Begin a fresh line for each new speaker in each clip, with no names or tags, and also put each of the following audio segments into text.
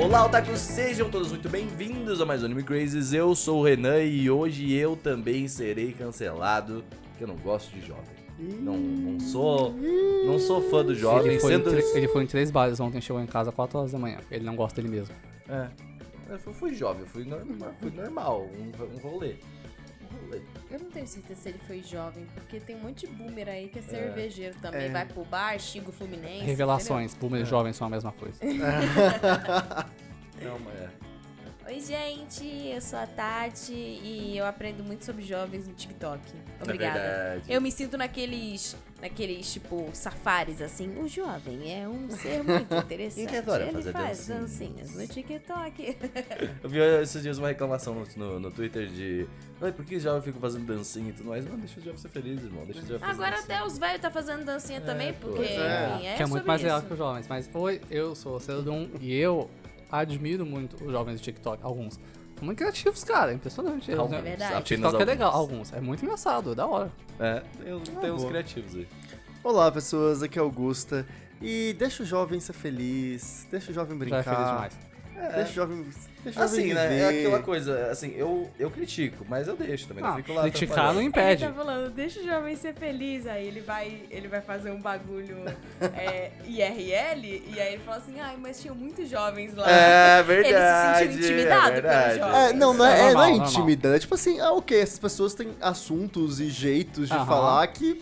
Olá, otakus! Sejam todos muito bem-vindos a mais um Anime Crazes. Eu sou o Renan e hoje eu também serei cancelado, porque eu não gosto de jovem. Não, não sou não sou fã do jovem,
Ele foi, em
sendo...
tre- ele foi em três bares ontem, chegou em casa às 4 horas da manhã. Ele não gosta dele mesmo.
É. Eu fui, fui jovem, fui normal, fui normal um, um rolê. Um rolê.
Eu não tenho certeza se ele foi jovem, porque tem um monte de boomer aí que é cervejeiro também. Vai pro bar, xinga o Fluminense. é
Revelações, boomer
É.
e jovem são a mesma coisa.
Não, mas é.
entendeu? Oi, gente, eu sou a Tati e eu aprendo muito sobre jovens no TikTok. Obrigada.
É verdade.
eu me sinto naqueles, naqueles, tipo, safaris, assim. O jovem é um ser muito interessante.
Ele adora
ele
fazer
faz
dancinhas.
dancinhas no TikTok.
Eu vi esses dias uma reclamação no, no, no Twitter de. Ai, por que os jovens ficam fazendo dancinha e tudo mais? Mano, deixa o jovem ser feliz, irmão. Deixa o jovem fazer
Agora
dancinha.
até os velhos tá fazendo dancinha também, porque,
pois é.
enfim, é,
que é muito
sobre
mais
isso.
legal que os jovens. Mas, oi, eu sou o Celdum e eu admiro muito os jovens do TikTok, alguns. São muito criativos, cara, impressionante. Eles,
Alguns,
né?
É verdade.
O
apenas
TikTok é
alguns.
legal, Ah, alguns. É muito engraçado, é da hora.
É, tem uns- tem uns
boa.
criativos aí.
Olá, pessoas, aqui é Augusta. E deixa o jovem ser feliz, deixa o jovem
Já
brincar. É,
é feliz demais.
Deixa o jovem, deixa o jovem
Assim, né? É
viver.
aquela coisa, assim, eu, eu critico, mas eu deixo também, não
Ah,
fico lá.
criticar não
atrapalhando.
impede.
Ele tá falando, deixa o jovem ser feliz. Aí ele vai, ele vai fazer um bagulho é, IRL e aí ele fala assim, ai, mas tinham muitos jovens lá.
É verdade.
verdade, Ele se sentiu intimidado
é
é
verdade.
verdade. pelos jovens.
É, não, não é,
É
é, não é
normal, normal.
intimidade. É tipo assim, ah, ok, essas pessoas têm assuntos e jeitos de
Aham.
falar que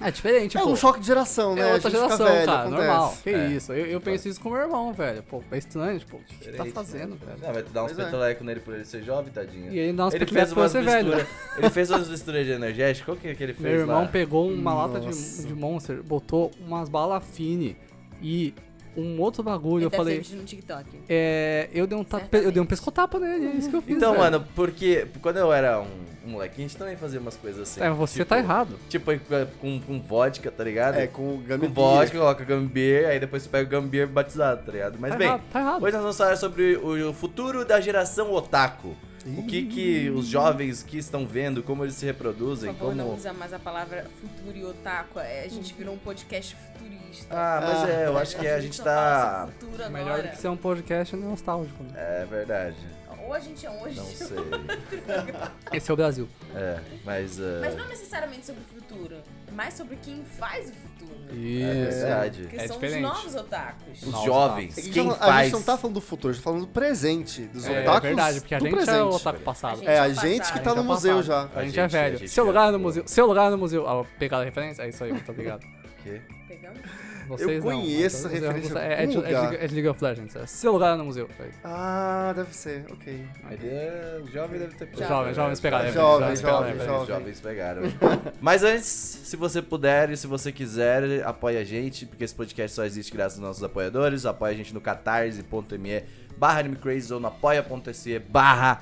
É diferente,
é
pô.
um choque de geração, né?
É outra
a gente
geração,
fica velho,
cara,
acontece.
normal. Que
É.
isso. Eu, eu penso isso com o meu irmão, velho. Pô, é estranho, tipo, o que que tá
Diferente,
fazendo,
né?
velho?
Não, vai dar uns
Pois é.
petelecos nele por ele ser jovem, tadinho.
E ele dá uns
ele
petelecos
fez
por
umas
ser velho.
misturas. Ele fez umas misturas de energético. Qual que é que ele fez
Meu irmão
lá?
pegou uma lata de,
Nossa.
de Monster, botou umas balas fine e um outro bagulho. eu
deve ter
falei,
vídeo tá no TikTok.
é, eu dei um tapa,
Certamente.
eu dei um pescotapa nele, é isso que eu fiz.
Então,
velho.
mano, porque quando eu era um, um moleque, a gente também fazia umas coisas assim.
é, você
tipo-
tá errado.
Tipo, com, com vodka, tá ligado?
É, com o Gummy
com
Bear.
vodka, coloca Gambier, aí depois você pega o Gambier batizado, tá ligado? Mas
tá
bem,
errado, tá errado.
hoje nós vamos falar sobre o futuro da geração otaku. O que que os jovens que estão vendo, como eles se
Por
reproduzem,
favor, não
como...
usa mais a palavra futuro e otaku. É, A gente virou um podcast futurista.
Ah, mas
Ah.
é, eu acho que a gente
só fala
tá...
sobre futuro agora.
Melhor do que ser um podcast nostálgico. Né?
É verdade,
Ou a gente é um hoje.
não sei.
Esse é o Brasil.
É, mas... é,
Mas não necessariamente sobre o futuro, mas sobre quem faz o futuro.
É
Isso.
verdade.
Porque
É
são
diferente.
os novos otakus.
Os
Nossa,
jovens,
A gente
quem
não- A
faz...
gente não tá falando do futuro, a gente tá falando do presente, dos
É,
otakus
verdade, porque a
do
gente
presente.
é o otaku passado.
gente
É, a
é o
gente que
passado.
tá no
é o
museu já.
passado.
A
A gente,
gente-
é
a
velho.
gente
Seu
já
lugar no
foi.
museu. Seu lugar no museu. Ah, pegar a referência? É isso aí, muito obrigado.
O quê?
Pegamos?
Vocês não, mas
conheço essa
eu- eu-
referência
É, é,
em
de-
algum
é de-
lugar.
é de League of Legends. É seu lugar no museu. É isso.
Ah, deve ser, ok.
Ele é jovem, deve ter pegado.
Jovem, jovens pegaram. é
Jovem,
jovens pegaram,
jovem,
né?
jovem.
Jovens pegaram. Mas antes, se você puder e se você quiser, apoia a gente, porque esse podcast só existe graças aos nossos apoiadores. Apoia a gente no catarse.me barra animecrazes ou no apoia.se barra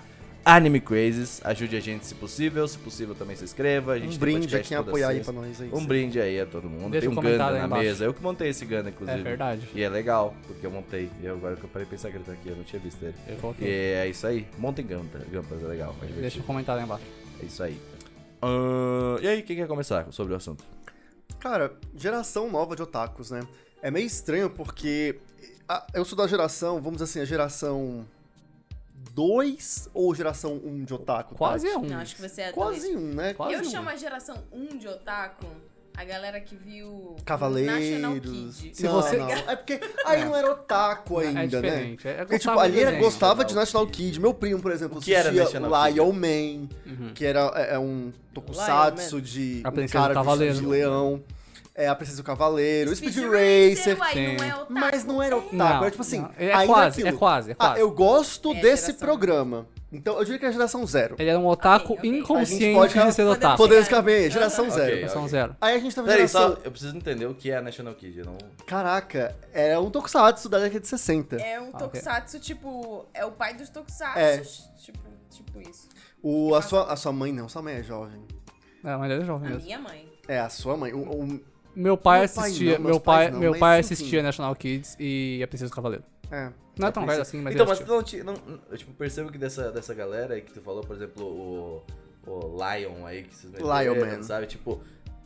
animecrazes. Ajude a gente se possível. Se possível, também se inscreva. A gente
Um
tem
brinde a
podcast
quem
toda
apoiar aí
sexta.
pra nós é aí.
Um brinde aí a todo mundo.
Deixa
tem um
um comentário
Ganda
aí
na
embaixo.
mesa. Eu que montei esse Ganda,
É
inclusive.
verdade.
E é legal, porque eu montei. E agora que eu parei de pensar que ele tá aqui, eu não tinha visto ele.
Eu
E
coloquei.
é isso aí. Montem Ganda. Gampas é legal. é
Deixa
divertido.
um comentário aí embaixo.
É isso aí. Ahn, e aí, quem quer começar sobre o assunto?
Cara, geração nova de otakus, né? É meio estranho porque a- eu sou da geração, vamos dizer assim, a geração 2 ou geração 1 um de otaku?
Quase é um.
Não, acho que você é
Quase um, né?
Quase
Eu
um.
chamo a geração 1 de otaku a galera que viu National
Cavaleiros.
Kid.
Se você-
não. É porque aí não era otaku ainda,
é
né?
diferente. É,
Porque, tipo,
gostava
ali
do
era,
desenho.
gostava de
National
National
Kid.
Kid. Meu primo, por exemplo,
O que era
assistia
National Kid?
Lion Man,
Uhum.
que era é, é um tokusatsu de
A
um
Princesa
cara
do Cavaleiro.
vestido de leão. É, a Princesa do Cavaleiro, Speed Racer.
uai, não é otaku.
Mas não era otaku,
Não,
era tipo assim,
não. É
ainda
quase,
aquilo.
é quase, é
Ah,
quase.
eu gosto
É,
desse
geração.
programa. Então, eu diria que é a geração zero.
Ele era um otaku
Ok, ok.
A
inconsciente
gente pode-
de ser otaku.
Podemos-
Podemos caber, é geração
Aham.
zero.
Ok.
Geração zero.
Aí a gente tava na
Peraí, só,
geração...
eu preciso entender o que é National Kid. Eu não...
Caraca, era um tokusatsu da década de 60.
É um
ok.
tokusatsu, tipo... É o pai dos tokusatsus.
É.
Tipo, tipo isso.
O, a, sua, a sua mãe não, sua mãe é jovem.
É, mas ele é jovem
A
mesmo.
minha mãe.
É, a sua mãe. O, o- Meu
Meu pai
pai
assistia,
não,
meu
meus
pai,
pais não,
meu
mas
pai
enfim.
assistia National Kids e a Princesa do Cavaleiro.
é.
Não é tão
A
velho
Princesa-
assim, mas
então,
ele
mas
assistia.
tu não, ti- não, eu tipo, percebo que dessa, dessa galera aí que tu falou, por exemplo, o, o Lion aí, que vocês
Lion Man.
sabe? Tipo,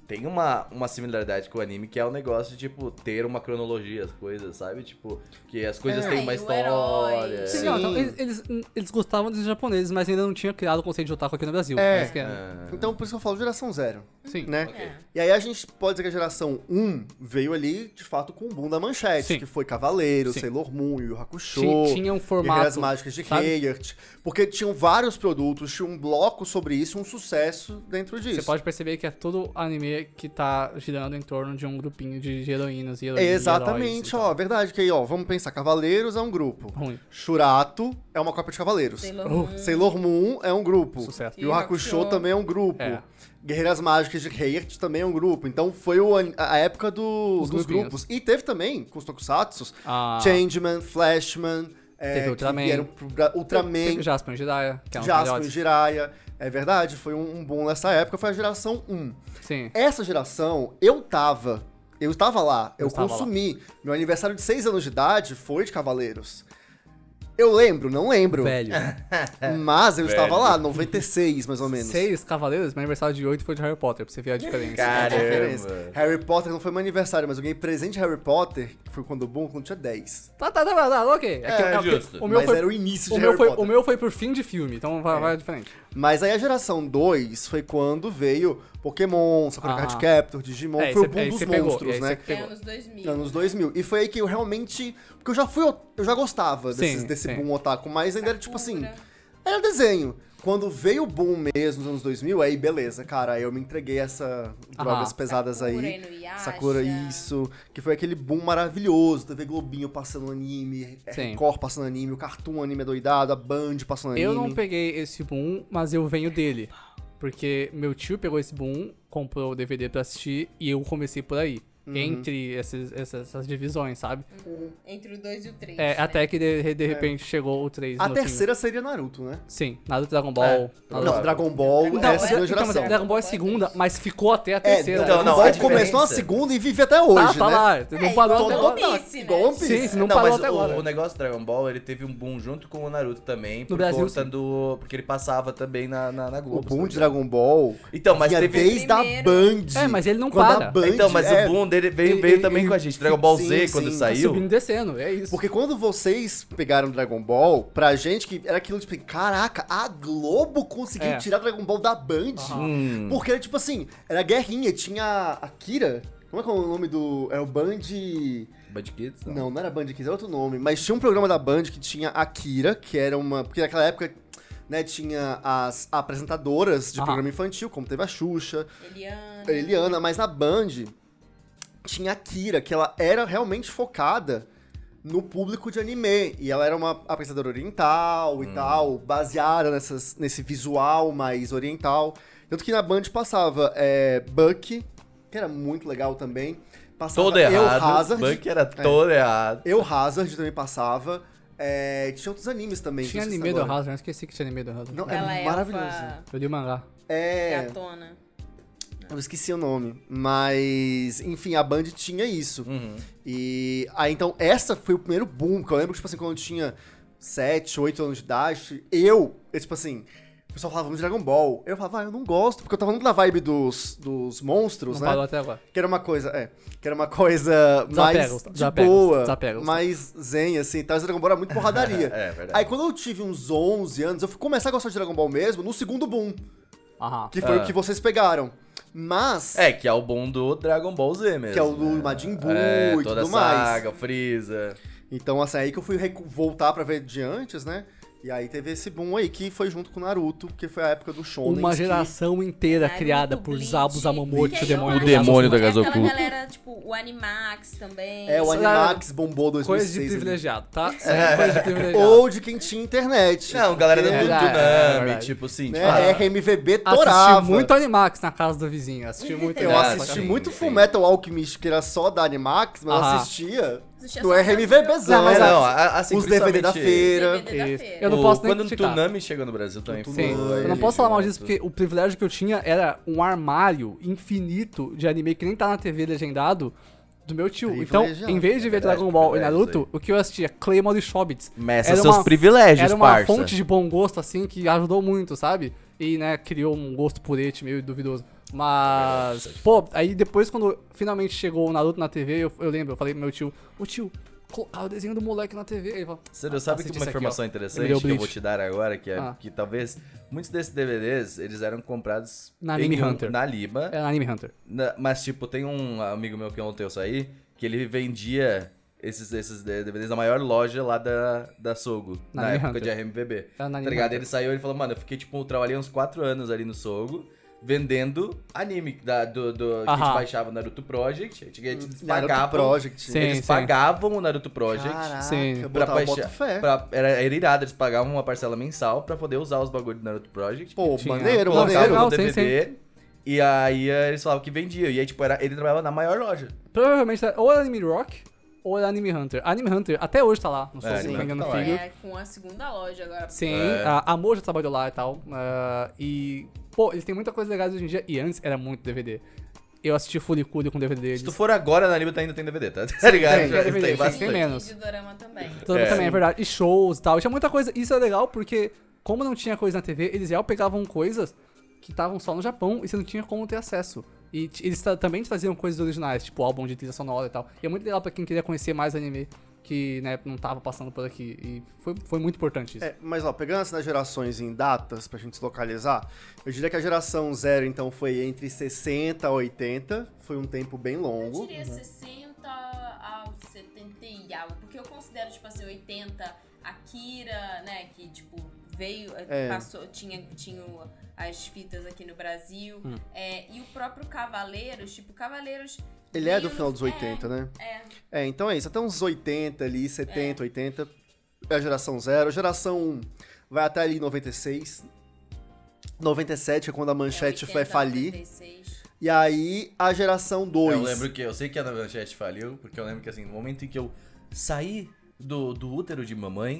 tem uma, uma similaridade com o anime que é o negócio de, tipo, ter uma cronologia, as coisas, sabe? Tipo, que as coisas
É.
têm
É,
uma
e o herói.
história.
Sim,
Sim.
não, então, eles, eles, eles gostavam dos japoneses, mas ainda não tinha criado o conceito de otaku aqui no Brasil.
É.
Esse que é.
Ah,
Então, por isso que eu falo geração zero,
Sim.
né?
É,
ok.
E aí a gente pode dizer que a geração 1 veio ali, de fato, com o boom da manchete,
Sim.
que foi Cavaleiro,
Sim.
Sailor Moon, Yu Hakusho,
Tinha, tinha um
e as
formato.
Mágicas de
sabe?
Heigert, porque tinham vários produtos, tinha um bloco sobre isso, um sucesso dentro disso.
Você pode perceber que é todo anime que tá girando em torno de um grupinho de de heroínas e então. heroínas. e heróis
Exatamente,
e
ó, verdade, que aí, ó, vamos pensar, Cavaleiros é um grupo,
tal. Ruim.
Shurato é uma cópia de Cavaleiros,
Sailor
Oh.
Moon.
Sailor Moon é um grupo,
Sucesso.
Yu Hakusho também é um grupo,
É.
Guerreiras Mágicas de Heigert também é um grupo, então foi o an- a época do-
Os
dos
grupinhos.
grupos. E teve também, com os tokusatsus,
Ah,
Changeman, Flashman, é,
Teve
que
Ultraman.
vieram pro Bra- Ultraman,
Jasper e Jiraiya, que é um
Jasper,
filhote.
Jiraiya. É verdade, foi um, um bom nessa época, foi a geração 1.
Sim.
Essa geração, eu tava, eu estava lá, eu,
Eu estava
consumi. Meu aniversário de 6 anos de idade foi de Cavaleiros. Eu lembro, não lembro,
Velho.
mas eu estava
Velho.
lá, 96 mais É, ou menos.
é.
é
Seis cavaleiros, meu aniversário de oito foi de Harry Potter, pra você ver a diferença.
Cara. Caramba.
Diferença. Harry Potter não foi meu aniversário, mas eu ganhei presente de Harry Potter, que foi quando bom, quando tinha 10.
Tá, tá, tá, tá, tá, ok. É que-
É
é porque
justo.
O meu
mas
foi
era o início de
O
Harry
meu, foi,
Potter. É.
o meu foi por fim de filme, então vai, vai diferente.
Mas aí a geração 2 foi quando veio Pokémon, Sakura
Aham.
Card Captor, Digimon,
É,
foi o
cê-
boom
é,
dos
cê pegou,
monstros,
é,
né?
cê-
É
Pegou.
anos 2000.
Anos 2000. E foi aí que eu realmente... Porque eu já fui... Eu já gostava desses-
Sim,
desse
sim.
boom otaku, mas ainda era tipo assim...
Sakura.
Era desenho. Quando veio o boom mesmo nos anos 2000, aí beleza, cara. Aí eu me entreguei a essa drogas
Aham. É,
pesadas
Sakura,
aí.
Inuyasha.
Sakura, isso. Que foi aquele boom maravilhoso. TV Globinho passando anime, é,
Sim.
Record passando anime, o Cartoon anime doidado, a Band passando anime.
Eu não peguei esse boom, mas eu venho dele. Porque meu tio pegou esse boom, comprou o DVD pra assistir e eu comecei por aí.
Uhum.
Entre esses- essas, essas divisões, sabe?
Entre o 2 e o 3.
É,
né?
até que de, de repente chegou o 3
A
no
terceira seria Naruto, né?
Sim, nada do Dragon Ball. nada
Não,
do-
Dragon Ball
Não,
é a segunda
então, mas
geração.
Dragon Ball é a segunda, mas ficou até a
É,
terceira.
então,
Dragon
não,
Ball
a
começou na
diferença-
segunda e vive até hoje,
tá, tá
né?
lá,
É,
não parou
igual
até
One
agora.
Piece, né?
Igual One Piece.
Sim, não
Não,
parou
mas
até
o,
agora.
o negócio do Dragon Ball, ele teve um boom junto com o Naruto também, por
Brasil,
conta
sim.
do... Porque ele passava também na, na, na Globo.
O boom
sabe?
de Dragon Ball
Então, mas
vinha
teve...
desde a
Primeiro.
Band.
É, mas ele não
Quando a
para.
Band-
Então, mas
é.
o boom dele veio,
E-
veio
e-
também
e-
com a gente. Dragon Ball
sim,
Z,
sim,
quando
tá
Tá
saiu...
subindo e descendo, é isso.
Porque quando vocês pegaram Dragon Ball, pra gente que era aquilo tipo, caraca, a Globo conseguiu
É.
tirar Dragon Ball da Band.
Aham.
Hum.
Porque era tipo assim, era guerrinha, tinha a- a Kira. Como é que é o nome do. É o Band.
Bad Kids?
Não, não era Band Kids, era outro nome. Mas tinha um programa da Band que tinha a Kira, que era uma. Porque naquela época, né, tinha as apresentadoras de
Ah.
Aham.
programa infantil, como teve a Xuxa, a
Eliana.
Eliana, mas na Band tinha a Kira, que ela era realmente focada no público de anime. E ela era uma apresentadora oriental e
Hum.
tal, baseada nessas, nesse visual mais oriental. Tanto que na Band passava é, Buck, que era muito legal também. Passava
Todo
Eu
errado. O
Hazard. é.
Bunk era todo errado.
Eu Hazard também passava. É, tinha outros animes também.
Tinha
esqueci
anime do
agora.
Hazard, eu esqueci que tinha anime do Hazard.
Não, é
Ela é
maravilhoso.
maravilhosa.
Eu li o mangá.
É,
Gatona.
eu esqueci o nome. Mas, enfim, a Band tinha isso.
Uhum.
E aí, então, essa foi o primeiro boom. Que eu lembro que, tipo assim, quando eu tinha 7, 8 anos de idade, eu, eu, tipo assim, o pessoal falava, vamos de Dragon Ball. Eu falava, ah, eu não gosto, porque eu tava muito na vibe dos, dos
Não
monstros, né?
parou até agora.
Que era uma coisa, é, que era uma coisa
Desapega,
mais de
desapega,
boa,
desapega.
mais zen, assim, e tal. Esse Dragon Ball era muito porradaria.
É, é verdade.
Aí quando eu tive uns 11 anos, eu fui começar a gostar de Dragon Ball mesmo no segundo boom,
Aham.
que foi
Ah.
o que vocês pegaram. Mas,
É, que é o boom do Dragon Ball Z mesmo.
que é o do
né?
Majin Buu
É,
e
toda
tudo
a
mais.
saga, Freeza.
Então, assim, aí que eu fui recu- voltar pra ver de antes, né? E aí teve esse boom aí, que foi junto com o Naruto, que foi a época do Shonen.
Uma
que-
geração inteira
Naruto,
criada por
Bleach,
Zabu Zamamote,
porque
o demônio
eu
do
O demônio da-
Gazoku.
É
Gazoku.
aquela galera, tipo, o Animax também. assim,
É, o
Isso
Animax bombou
Coisa de
2006. ali.
privilegiado, tá? Isso é Coisa de privilegiado.
né? Ou de quem tinha internet.
Não, galera do
porque,
É, é, é
Dunami,
verdade.
tipo assim,
Né,
tipo, ah,
RMVB torava.
Assisti muito Animax na casa do vizinho. Assisti muito
Eu
Aliás,
Animax.
assisti
sim,
muito
sim.
Full Metal Alchemist, que era só da Animax, mas eu
Aham.
assistia
Assistia
no
só
RMVBzão.
Não, mas é,
era
não, a- assim,
os DVD da
principalmente-
feira.
DVD da
Isso.
feira.
Eu não
o-
posso nem
Quando o
criticar.
Tsunami chegou no Brasil também foi.
Sim.
Ai,
Eu não posso falar mal disso porque o privilégio que eu tinha era um armário infinito de anime que nem tá na TV legendado do meu tio. Então,
Privilegiado.
em vez de ver
Verdade,
Dragon Ball e
privilégio,
Naruto, o que eu assistia? Claymore e Shobits.
Meça
Era
seus
uma-
privilégios,
Era uma
parça.
fonte de bom gosto, assim, que ajudou muito, sabe? E, né, criou um gosto purete meio duvidoso. Mas, pô, aí depois quando finalmente chegou o Naruto na TV, eu, eu lembro, eu falei pro meu tio, ô tio, colocar o desenho do moleque na TV. Ele falou,
Você não
"Ah,
sabe
assiste
que uma
isso aqui, ó."
informação
Ele me
interessante
deu
que eu vou
Bleach.
te dar agora, que é
Ah.
que talvez muitos desses DVDs, eles eram comprados
Na
em
Anime
um-
Hunter.
na Lima,
É Anime Hunter.
Na- mas, tipo, tem um amigo meu que ontem eu saí, que ele vendia esses, esses DVDs na maior loja lá da, da Sogo,
Na
na,
Anime
época
Hunter.
de RMVB.
Tá na
Tá
Anime
ligado?
Hunter.
Ele saiu e ele falou, mano, eu fiquei, tipo, trabalhei uns 4 anos ali no Sogo, vendendo anime da, do, do- que a
Aham. Hum,
gente baixava o Naruto Project, a gente, a gente pagava...
Naruto Project. né?
Sim.
um Eles pagavam o Naruto Project.
Caraca,
Sim.
eu
Pra
botava
baixar-
bota fé.
pra- era, era irado, eles pagavam uma parcela mensal pra poder usar os bagulhos do Naruto Project.
Pô,
Tinha.
maneiro,
Não,
maneiro.
legal.
Colocava no
sim,
DVD. E aí eh, eles falavam que vendia. E aí, tipo, era, ele trabalhava na maior loja.
Provavelmente era- ou era Anime Rock ou era Anime Hunter. Anime Hunter até hoje tá lá, não sei
É,
se
Anime
tá engano
Hunter
no
tá lá.
Figure.
É, com a segunda loja agora.
Sim,
É.
a, a Moja trabalhou lá e tal. ah, e, pô, eles têm muita coisa legal hoje em dia. E antes era muito DVD. Eu assisti Furikuri com DVD deles.
Se tu for agora na Libra, tá ainda tem DVD, tá? Tá ligado?
tem,
Já
tem DVD,
tem
tem
bastante.
mesmo.
E
menos.
de dorama também.
Todo
É.
também, é verdade. E shows e tal. Tinha muita coisa. Isso é legal porque, como não tinha coisa na TV, eles já pegavam coisas que estavam só no Japão e você não tinha como ter acesso. E t- eles ta- também traziam coisas originais, tipo álbum de trilha sonora e tal. E é muito legal pra quem queria conhecer mais anime que né, não tava passando por aqui. E foi, foi muito importante isso.
É, mas ó, pegando assim nas gerações em datas pra gente se localizar, eu diria que a geração zero então foi entre 60 a 80, foi um tempo bem
Eu
longo. Uhum.
diria 60 ao 70 e algo, porque eu considero, tipo assim, 80, Akira, né, que, tipo, veio, eh,
É.
passou, tinha, tinha o- as fitas aqui no Brasil,
Hum.
é, e o próprio Cavaleiros, tipo, Cavaleiros...
Ele é
veio
do
no-
final dos
é,
80, né?
É,
É, então é isso, até uns 80 ali, 70, 80 é a geração zero, a geração 1 vai até ali 96. 97 é quando a manchete vai falir.
96.
E aí a geração 2.
Eu lembro que eu sei que a Manchete faliu, porque eu lembro que assim, no momento em que eu saí do, do útero de mamãe,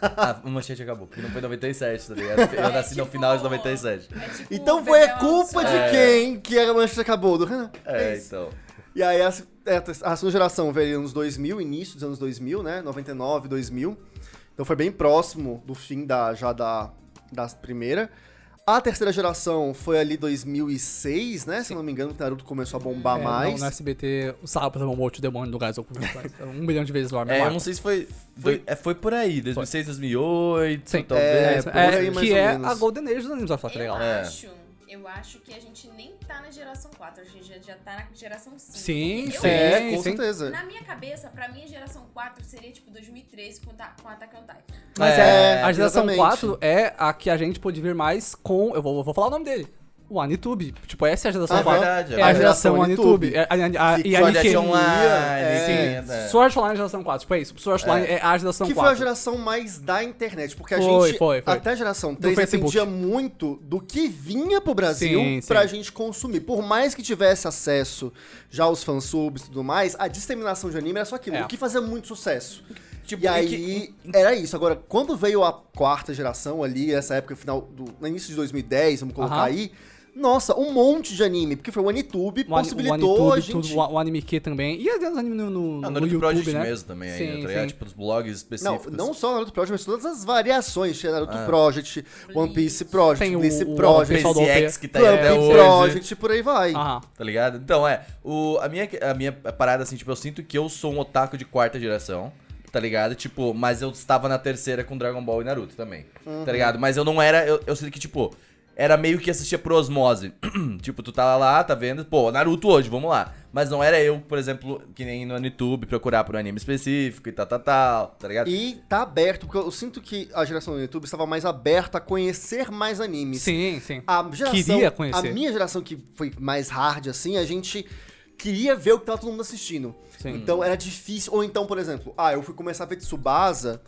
a Manchete acabou. Porque não foi 97, tá ligado? Eu
É,
nasci no
tipo,
final de 97.
É tipo
Então
o
foi a
Bebel
culpa
Alonso.
de quem que a manchete acabou, do Renan.
É,
né? isso.
então.
E aí, a, a, a sua geração veio nos 2000, início dos anos 2000, né? 99, 2000. Então foi bem próximo do fim da, já da, da primeira. A terceira geração foi ali 2006, né? Se eu não me engano, que Naruto começou a bombar
É,
mais.
No, no SBT, o sábado é um monte de demônio do Gazoku. um milhão de vezes lá,
É, eu não sei se foi. Foi, é, foi por aí, 2006, 2008,
Sim.
talvez.
É,
É,
por aí,
é,
mais
que
ou
é
menos.
a Golden Age dos animes, olha só que
Eu
legal.
É.
acho, eu acho que a gente nem tá na geração 4, a gente já, já tá na geração 5.
Sim,
Eu
sim,
é, com
sim.
certeza.
Na minha cabeça, pra mim, a geração 4 seria tipo 2013 com, ta- com Attack on Titan.
Mas é,
É,
a geração
exatamente.
4 é a que a gente pôde ver mais com. Eu vou, eu vou falar o nome dele. O Anitube. Tipo, essa é a geração
Ah,
4.
verdade, é
é a
verdade.
geração
Geração
Anitube.
Anitube.
É, a- a- a- E a
Sword Art
Nikkei.
Online, sim,
Sim.
é.
Sword Art Online é a geração 4. Tipo, é isso. Sword Art Online é, a geração
Que
4.
foi a geração mais da internet, porque a
Foi,
gente,
foi, foi.
até a geração
Do
3,
Facebook.
dependia muito do que vinha pro Brasil
Sim,
pra
sim.
gente consumir. Por mais que tivesse acesso já aos fansubs e tudo mais, a disseminação de anime era só aquilo,
É.
o que fazia muito sucesso.
Tipo,
e
e
aí,
que-
era isso. Agora, quando veio a quarta geração ali, essa época final, do, no início de 2010, vamos colocar
Aham.
aí, nossa, um monte de anime, porque foi o Anitube,
O, an-
possibilitou
o
a
Anitube,
gente...
tudo, o, o Anime Q também. E as animes no, no,
Ah,
no
no Naruto
YouTube,
Project
né?
mesmo também
Sim,
ainda, tá ligado?
sim.
Tipo, dos blogs
Não,
específicos.
não só Naruto Project, mas todas as variações. Tinha Naruto Project, One Piece
Tem
Project,
o-
Blitz
o
Project,
pessoal do
PCX
OP.
que tá aí até
One
hoje.
Piece Project, por aí vai.
Aham.
Tá ligado? Então, é. O, a, minha, a minha parada, assim, tipo, eu sinto que eu sou um otaku de quarta geração, tá ligado? Tipo, mas eu estava na terceira com Dragon Ball e Naruto também,
Uhum.
tá ligado? Mas eu não era. Eu, eu sinto que, tipo, era meio que assistia por osmose. tipo, tu tava lá, tá vendo? Pô, Naruto hoje, vamos lá. Mas não era eu, por exemplo, que nem no YouTube, procurar por um anime específico e tal, tal, tal, tá ligado?
E tá aberto, porque eu sinto que a geração do YouTube estava mais aberta a conhecer mais animes.
Sim, sim.
A geração,
Queria conhecer.
A minha geração que foi mais hard, assim, a gente queria ver o que tava todo mundo assistindo.
Sim.
Então era difícil. Ou então, por exemplo, ah, eu fui começar a ver Tsubasa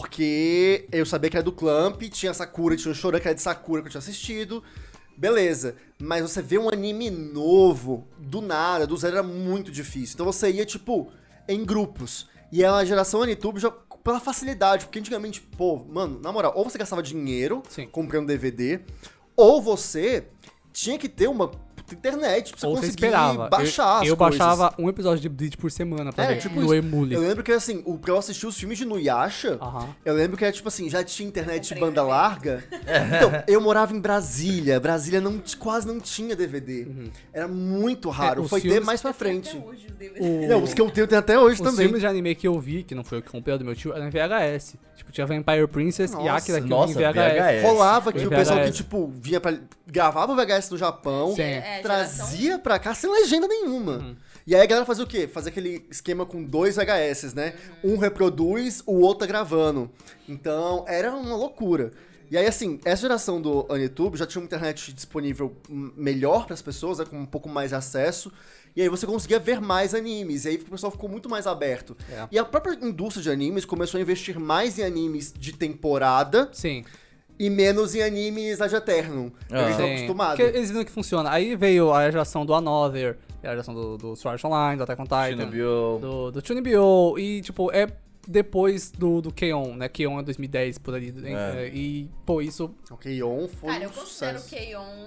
porque eu sabia que era do Clamp, tinha Sakura, tinha o Shoran, que era de Sakura que eu tinha assistido. Beleza, mas você vê um anime novo, do nada, do zero, era muito difícil. Então você ia, tipo, em grupos. E a geração Anitube já pela facilidade, porque antigamente, pô, mano, na moral, ou você gastava dinheiro
Sim.
comprando DVD, ou você tinha que ter uma internet, pra você
Ou você
conseguir
esperava.
baixar
eu,
as
eu
coisas.
baixava um episódio de Bleach por semana pra
É,
ver
tipo
no
isso.
Emule.
Eu lembro que, assim, o, pra eu assistir os filmes de Nuyasha,
Aham.
eu lembro que era tipo assim, já tinha internet
Comprei
banda
um
larga. Então, eu morava em Brasília. Brasília não, t- quase não tinha DVD. Era muito raro.
Uhum. É, os
Foi ter
filmes-
mais pra
Até
frente.
hoje, os DVDs.
O-
Não, os que eu tenho tem até hoje
Os
também.
filmes de anime que eu vi, que não foi o que comprei o do meu tio, eram em VHS. Tipo, tinha Vampire Princess e
Nossa,
Akira que eu vi em
nossa, VHS.
Rolava que
Foi
o pessoal que,
VHS.
tipo, vinha pra. gravava o VHS do Japão,
Sim.
É, geração-
trazia pra cá sem legenda nenhuma. E aí a galera fazia o quê? Fazia aquele esquema com dois VHS, né?
Uhum.
Um reproduz, o outro tá gravando. Então, era uma loucura. E aí, assim, essa geração do AniTube já tinha uma internet disponível hum, melhor pras pessoas, né, com um pouco mais de acesso. E aí você conseguia ver mais animes. E aí o pessoal ficou muito mais aberto.
É.
E a própria indústria de animes começou a investir mais em animes de temporada
Sim.
e menos em animes Age Eternum. que a
Ah.
gente estão
Sim.
acostumados.
Porque eles viram que funciona. Aí veio a geração do Another, a geração do, do Sword Art Online, do Attack on Titan,
Shinobio.
do, do Chunibyo, e tipo, é depois do, do Keon, né? Keon é 2010, por ali.
É.
É, E, pô, isso...
O Keion foi
Cara,
um
eu considero
sucesso.
o Keion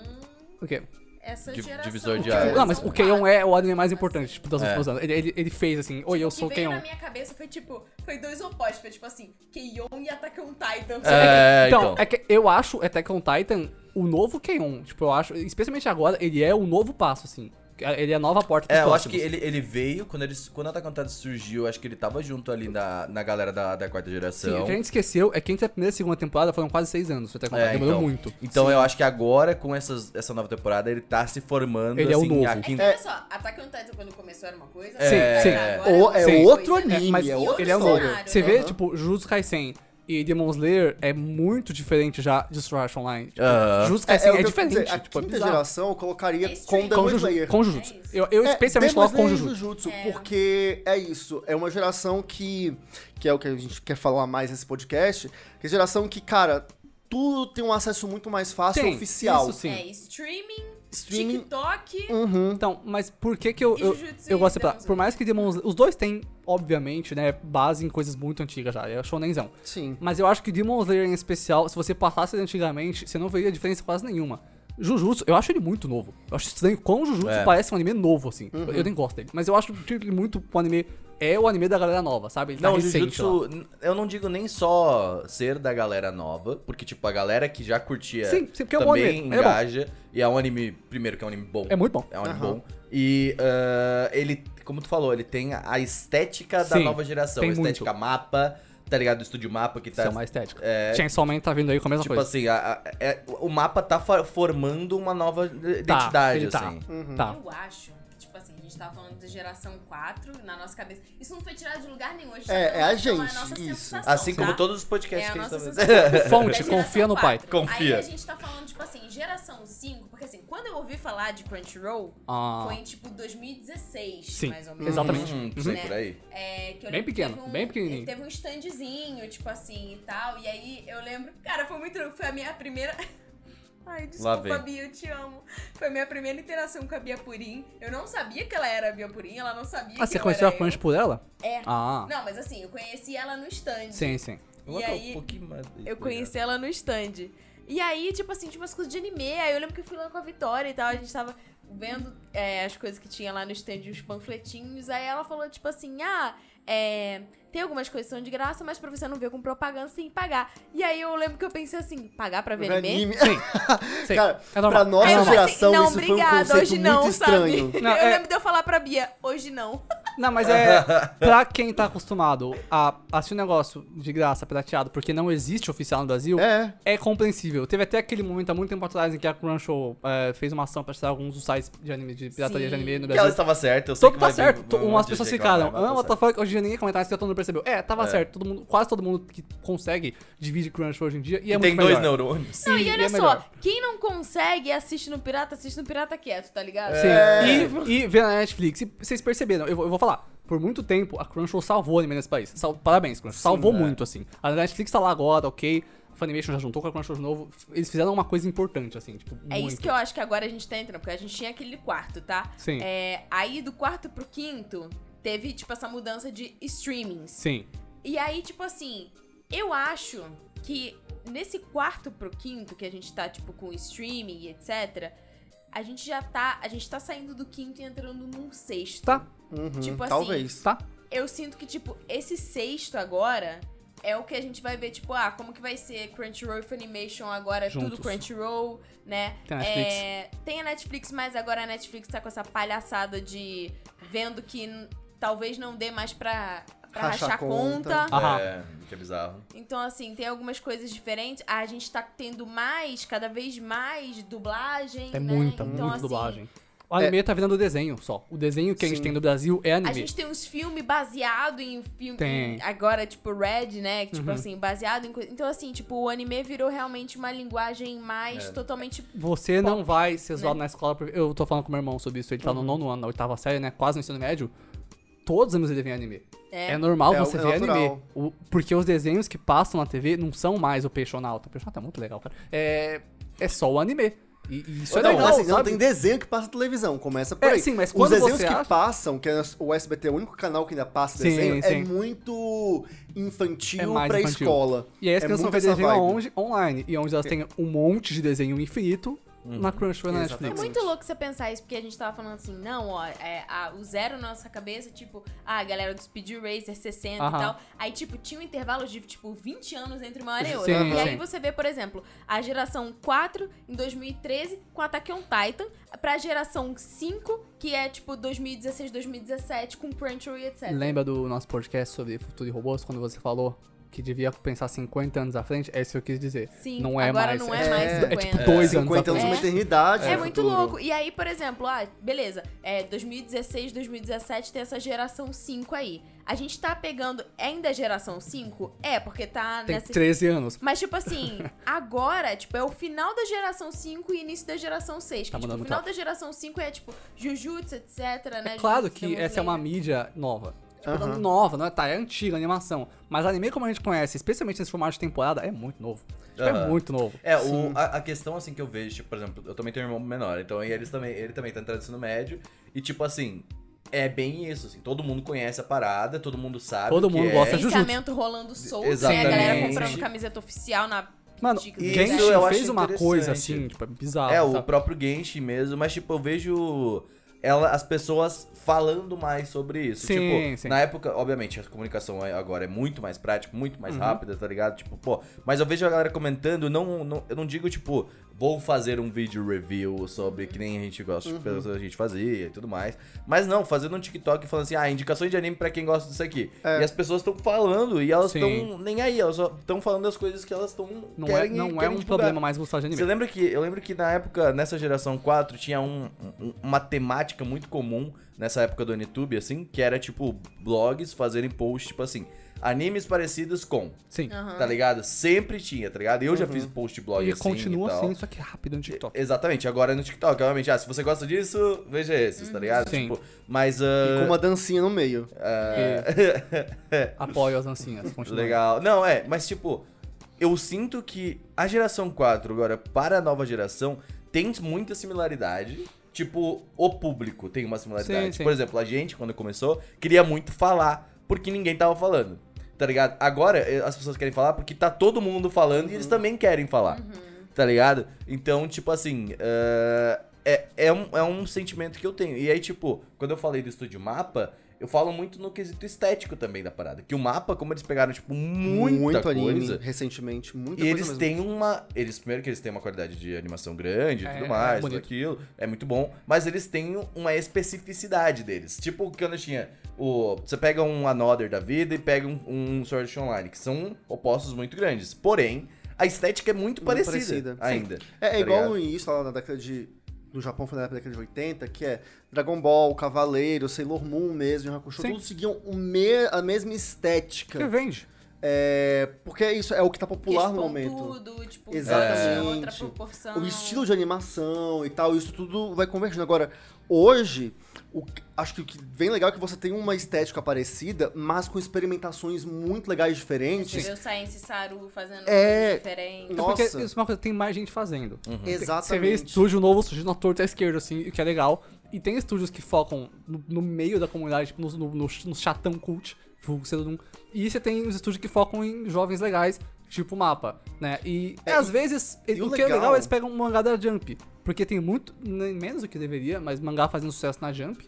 O quê?
essa
Di-
geração.
divisor de
geração
águas.
Não, mas o Keon é o anime mais importante, tipo, das
É.
últimas anos. Ele, ele, ele fez assim, oi, eu
O Tipo, que
sou o
veio na
Keon.
minha cabeça foi tipo, foi dois opostos, foi tipo assim, Keion e Attack on Titan.
É, então.
é que eu acho Attack on Titan o novo Keon. Tipo, eu acho, especialmente agora, ele é o novo passo, assim. Ele é a nova porta pros
É, eu acho
próximos.
que ele, ele veio, quando, ele, quando a Attack on Titan surgiu, acho que ele tava junto ali na, na galera da, da quarta
Sim, o
geração.
que a gente esqueceu é que entre a primeira e a segunda temporada foram quase seis anos. Até
É,
demorou muito.
Então eu acho que agora, com essas, essa nova temporada, ele tá se formando.
Ele é o
assim,
novo.
a
É que
quinta-
olha só, Attack on Titan quando começou era uma coisa.
Sim,
agora
sim.
é
Ou- é
outra coisa.
outro anime,
mas
é outra
ele é novo.
história.
Você vê,
Aham.
tipo, Jujutsu Kaisen e Demon Slayer é muito diferente já de Sword Art Online. Tipo,
Aham.
Jujutsu
É,
Kaisen
o
é,
que eu-
diferente.
a
tipo, é
quinta
bizarro.
geração eu colocaria
É isso
com
aí.
Com,
Demon
Juju,
Slayer.
com Jujutsu.
É isso.
eu eu
É,
especialmente
Demon
coloco com
Slayer e
Jujutsu.
Jujutsu,
É.
porque é isso, é uma geração que que é o que a gente quer falar mais nesse podcast, que é a geração que, cara, tudo tem um acesso muito mais fácil
Tem,
oficial.
Isso sim.
É streaming,
Streaming. Uhum.
TikTok.
Então, mas por que que eu,
E
eu,
Jujutsu
eu
e
gosto de separar?
Demon
Por mais que Demon Slayer... Os dois têm, obviamente, né, base em coisas muito antigas já. É shonenzão.
Sim.
Mas eu acho que Demon Slayer em especial, se você passasse ele antigamente, você não veria diferença quase nenhuma. Jujutsu, eu acho ele muito novo. Eu acho estranho como o Jujutsu
É. Uhum.
parece um anime novo, assim. Eu- Eu nem gosto dele. Mas eu acho que ele muito um anime. É o anime da galera nova, sabe? Ele tá
Não, o
recente lá.
Jujutsu, n- eu não digo nem só ser da galera nova, porque, tipo, a galera que já curtia
Sim, sim, porque é um bom
também
anime, é bom.
engaja. E é um anime, primeiro, que é um anime bom.
É muito bom.
É um anime
Aham.
bom. E ah, ele, como tu falou, ele tem a estética da
Sim,
nova geração. A
tem
estética mapa, tá ligado? Do estúdio mapa que
Isso
tá.
é uma estética. Chainsaw Man tá vindo aí com a mesma
Tipo
coisa.
assim, a- a- é- o mapa tá fa- formando uma nova identidade,
tá, ele tá.
assim.
Uhum.
Tá.
Eu acho. Tipo assim, a gente tava falando de geração 4 na nossa cabeça. Isso não foi tirado de lugar nenhum. A gente tá
É,
falando
é a
que uma
gente,
nossa
isso.
sensação,
Assim como
tá?
todos os
É
podcasts
a
que a gente
nossa
tá
sensação.
fazendo.
Fonte,
Da geração
confia no pai.
4.
Confia.
Aí a gente tá falando, tipo assim, geração 5, porque assim, quando eu ouvi falar de Crunchyroll,
Ah.
foi em tipo 2016,
Sim,
mais ou menos.
exatamente. Uhum.
Hum, sei
Né?
por aí.
É, que
Bem
eu lembro que
pequeno,
teve um-
bem pequenininho.
Teve um standzinho, tipo assim, e tal. E aí eu lembro, cara, foi muito louco. Foi a minha primeira. Ai, desculpa,
vem.
Bia, eu te amo. Foi a minha primeira interação com a Bia Purim. Eu não sabia que ela era a Bia Purim, ela não sabia que
Ah, você
eu
conheceu a
era eu.
Crunch por ela?
É.
Ah.
Não, mas assim, eu conheci ela no stand.
Sim, sim.
Coloca um
aí,
pouquinho mais
Eu
desse
conheci ela no stand. E aí, tipo assim, tinha umas coisas de anime. Aí eu lembro que eu fui lá com a Vitória e tal. A gente tava vendo é, as coisas que tinha lá no stand, os panfletinhos. Aí ela falou, tipo assim, ah, é, tem algumas coisas que são de graça, mas pra você não ver com propaganda sem pagar. E aí eu lembro que eu pensei assim, pagar pra ver anime?
Anime.
Sim. sim.
Cara,
é normal.
pra
Aí
nossa
eu falei assim,
geração
não,
isso foi um
obrigada,
conceito
hoje
muito
não,
estranho.
sabe?
Não,
eu
é-
lembro de eu falar pra Bia, hoje não.
Não, mas é. pra quem tá acostumado a assistir um negócio de graça, pirateado, porque não existe oficial no Brasil, é,
É.
compreensível. Teve até aquele momento há muito tempo atrás em que a Crunchyroll é, fez uma ação pra tirar alguns dos sites de anime, de pirataria de
Sim.
anime no
Que ela
Brasil.
estava certa, eu sei
Todo
que
tá
vai vir
certo.
um
to-
monte
umas
de
pessoas
reclamar,
ficaram.
mas tá
Ah, what the fuck? Hoje em dia ninguém comentar isso, todo mundo percebeu. É, tava
É.
certo. Todo mundo, quase todo mundo que consegue divide Crunchyroll hoje em dia e é
certo.
muito
Tem dois
melhor.
neurônios.
Não,
Sim,
e olha
é
só,
melhor.
quem não consegue assiste no pirata, assiste no pirata quieto, tá ligado?
Sim. E, e vê na Netflix. E vocês perceberam, eu vou, eu vou falar. Por muito tempo, a Crunchyroll salvou o anime nesse país. Sal- Parabéns, Crunchyroll. Salvou muito, assim. A Netflix tá lá agora, ok. A Funimation já juntou com a Crunchyroll de novo. F- Eles fizeram uma coisa importante, assim, tipo,
É
muito.
isso que eu acho que agora a gente tá entrando, porque a gente tinha aquele quarto, tá?
Sim.
É, aí do quarto pro quinto, teve, tipo, essa mudança de streamings.
Sim.
E aí, tipo assim, eu acho que nesse quarto pro quinto, que a gente tá, tipo, com streaming e etc., a gente já tá. A gente tá saindo do quinto e entrando num sexto.
Tá.
Uhum,
Tipo assim,
talvez.
Tá?
Eu sinto que, tipo, esse sexto agora é o que a gente vai ver, tipo, ah, como que vai ser Crunchyroll e Funimation agora,
Juntos.
tudo Crunchyroll, né?
Tem a Netflix.
É, tem a Netflix, mas agora a Netflix tá com essa palhaçada de vendo que n- talvez não dê mais pra, pra
Rachar
rachar conta.
conta. Aham.
É, que é bizarro.
Então, assim, tem algumas coisas diferentes. A gente tá tendo mais, cada vez mais, dublagem.
É
né?
muita,
então,
muita
assim,
dublagem. O anime tá virando desenho só. O desenho que a gente
Sim.
tem no Brasil é anime.
A gente tem uns filmes baseados em filme.
Tem.
em- Agora, tipo, Red, né? Que, Tipo
Uhum.
assim, baseado em coisa. Então, assim, tipo, o anime virou realmente uma linguagem mais
É.
totalmente.
Você não vai ser zoado na escola. porque- Eu tô falando com meu irmão sobre isso. Ele tá no nono ano, na oitava série, né? Quase no ensino médio. Todos os anos ele vê anime. É,
É.
normal
É,
você
é
ver
natural.
anime. O- porque os desenhos que passam na TV não são mais o Peixonauta. O Peixonauta é muito legal, cara. É, é só o anime. E, e isso é
não,
legal,
assim, não,
sabe?
tem desenho que passa na televisão, começa por
É,
aí.
sim, mas
Os
quando
desenhos
você
que
acha-
passam, que é o SBT, é o único canal que ainda passa
Sim,
desenho, é
sim.
muito
É
infantil
mais
pra
infantil.
escola.
E aí as
é
crianças
muito
vão ver
essa
desenho
vibe.
aonde? online. E onde elas têm um monte de desenho infinito na Crunchyroll e na
Uhum. Exatamente.
É
Netflix.
muito louco você pensar isso, porque a gente tava falando assim, não, ó, é, a- o zero na nossa cabeça, tipo, ah, a galera do Speed Racer 60
Aham.
e tal. Aí, tipo, tinha um intervalo de, tipo, 20 anos entre uma hora e outra.
Sim,
e
sim.
aí você vê, por exemplo, a geração 4 em 2013 com Attack on Titan, pra geração 5, que é, tipo, 2016, 2017, com Crunchyroll e etc.
Lembra do nosso podcast sobre futuro de robôs, quando você falou que devia pensar 50 anos à frente? É isso que eu quis dizer.
Sim,
não é
agora
mais.
não
é,
é, mais
é
50.
tipo dois anos
50
à
anos
frente.
é uma
É.
eternidade.
É
no
muito
futuro.
louco. E aí, por exemplo, ah, beleza, é, 2016, 2017 tem essa geração 5 aí. A gente tá pegando ainda a geração 5? É, porque tá
Tem
nessa.
13 anos.
Mas, tipo assim, agora, tipo, é o final da geração 5 e início da geração 6.
Tá
que, tipo,
mudando
o final
muito
da geração 5 é, tipo, Jujutsu, etc, né?
É claro
Jujutsu,
que
Demon
essa é uma
Slayer.
mídia nova. Tipo,
Aham.
Nova, não é? Tá, é antiga a animação. Mas anime como a gente conhece, especialmente nesse formato de temporada, é muito novo. Tipo, é
Aham.
muito novo.
É, o, a, a questão assim que eu vejo, tipo, por exemplo, eu também tenho um irmão menor, então e eles também, ele também tá entrando no ensino médio, e tipo assim, é bem isso, assim, todo mundo conhece a parada, todo mundo sabe. o
Todo
que
mundo
é.
gosta de
Licenciamento rolando solto, né? A galera
Exatamente.
comprando camiseta oficial na.
Mano,
Digo,
isso
Genshin
eu acho
fez uma coisa
interessante.
assim, tipo, é bizarro.
É, o
sabe?
próprio Genshin mesmo, mas tipo, eu vejo ela, as pessoas falando mais sobre isso.
Sim,
tipo,
sim.
na época, obviamente, a comunicação é- agora é muito mais prática, muito
Uhum.
mais rápida, tá ligado? Tipo, pô, mas eu vejo a galera comentando, não, não- eu não digo, tipo, vou fazer um vídeo review sobre que nem a gente gosta,
Uhum.
tipo, a gente fazia e tudo mais. Mas não, fazendo um TikTok falando assim, ah, indicações de anime pra quem gosta disso aqui. E as pessoas estão falando e elas
É. Sim.
estão nem aí, elas só estão falando as coisas que elas estão.
Não
querem,
é, não
querem
é um
divulgar.
problema mais gostar de anime.
Você lembra que eu lembro que na época, nessa geração 4, tinha um- um- uma temática muito comum nessa época do Anitube, assim, que era tipo blogs fazerem posts, tipo assim, animes parecidos com,
Sim.
Aham.
tá ligado? Sempre tinha, tá ligado? Eu já fiz post de blog
Uhum. E
assim.
continua
e tal.
assim, só que rápido no TikTok.
Exatamente, agora é no TikTok, obviamente. Ah, se você gosta disso, veja esses, tá ligado?
Sim.
Tipo, mas. ah,
E com uma dancinha no meio.
Apoio as dancinhas. Continua.
É. Legal. Não, é, mas tipo, eu sinto que a geração 4 agora para a nova geração tem muita similaridade. Tipo, o público tem uma similaridade.
Sim, sim.
Por exemplo, a gente, quando começou, queria muito falar, porque ninguém tava falando. Tá ligado? Agora eh, as pessoas querem falar porque tá todo mundo falando e eles
Uhum.
também querem falar. Tá ligado? Então, tipo assim. eh, é, é, um, é um sentimento que eu tenho. E aí, tipo, quando eu falei do estúdio mapa, eu falo muito no quesito estético também da parada. Que o mapa, como eles pegaram, tipo, muita
muito
coisa.
anime, recentemente. Muita
E
coisa
eles
mesmo.
têm uma. Eles, primeiro que eles têm uma qualidade de animação grande e
É,
tudo
é
mais, tudo
bonito.
aquilo. É muito bom. Mas eles têm uma especificidade deles. Tipo quando tinha o. Você pega um Another da vida e pega um, um Sword Art Online, que são opostos muito grandes. Porém, a estética é muito,
Muito
parecida,
parecida. Sim.
ainda.
É,
tá
é igual
ligado?
no início, lá na década de. No Japão foi na década de 80, que é Dragon Ball, Cavaleiro, Sailor Moon mesmo, Yu Hakusho,
Sim.
todos seguiam o me- a mesma estética.
Porque vende.
É, porque é isso, é o que tá popular
Aqueles
no momento.
pontudo, tipo,
Exatamente.
outra proporção.
O estilo de animação e tal, isso tudo vai convergindo. Agora, hoje, o que- acho que o que vem legal é que você tem uma estética parecida, mas com experimentações muito legais
Você
diferentes.
vê o Science Saru fazendo
É.
coisa diferente.
Não.
Porque
Nossa. Uhum.
isso é uma coisa, tem mais gente fazendo.
Exatamente.
Uhum. Você vê estúdio novo surgindo à torta e à esquerda, assim, o que é legal. E tem estúdios que focam no, no meio da comunidade, tipo, no, no, no, no chatão cult, vulgo Sedum. E você tem os estúdios que focam em jovens legais, tipo mapa, né? E às vezes,
e o
o, que é
legal-
legal, eles pegam um mangá da Jump. Porque tem muito, nem menos do que deveria, mas mangá fazendo sucesso na Jump.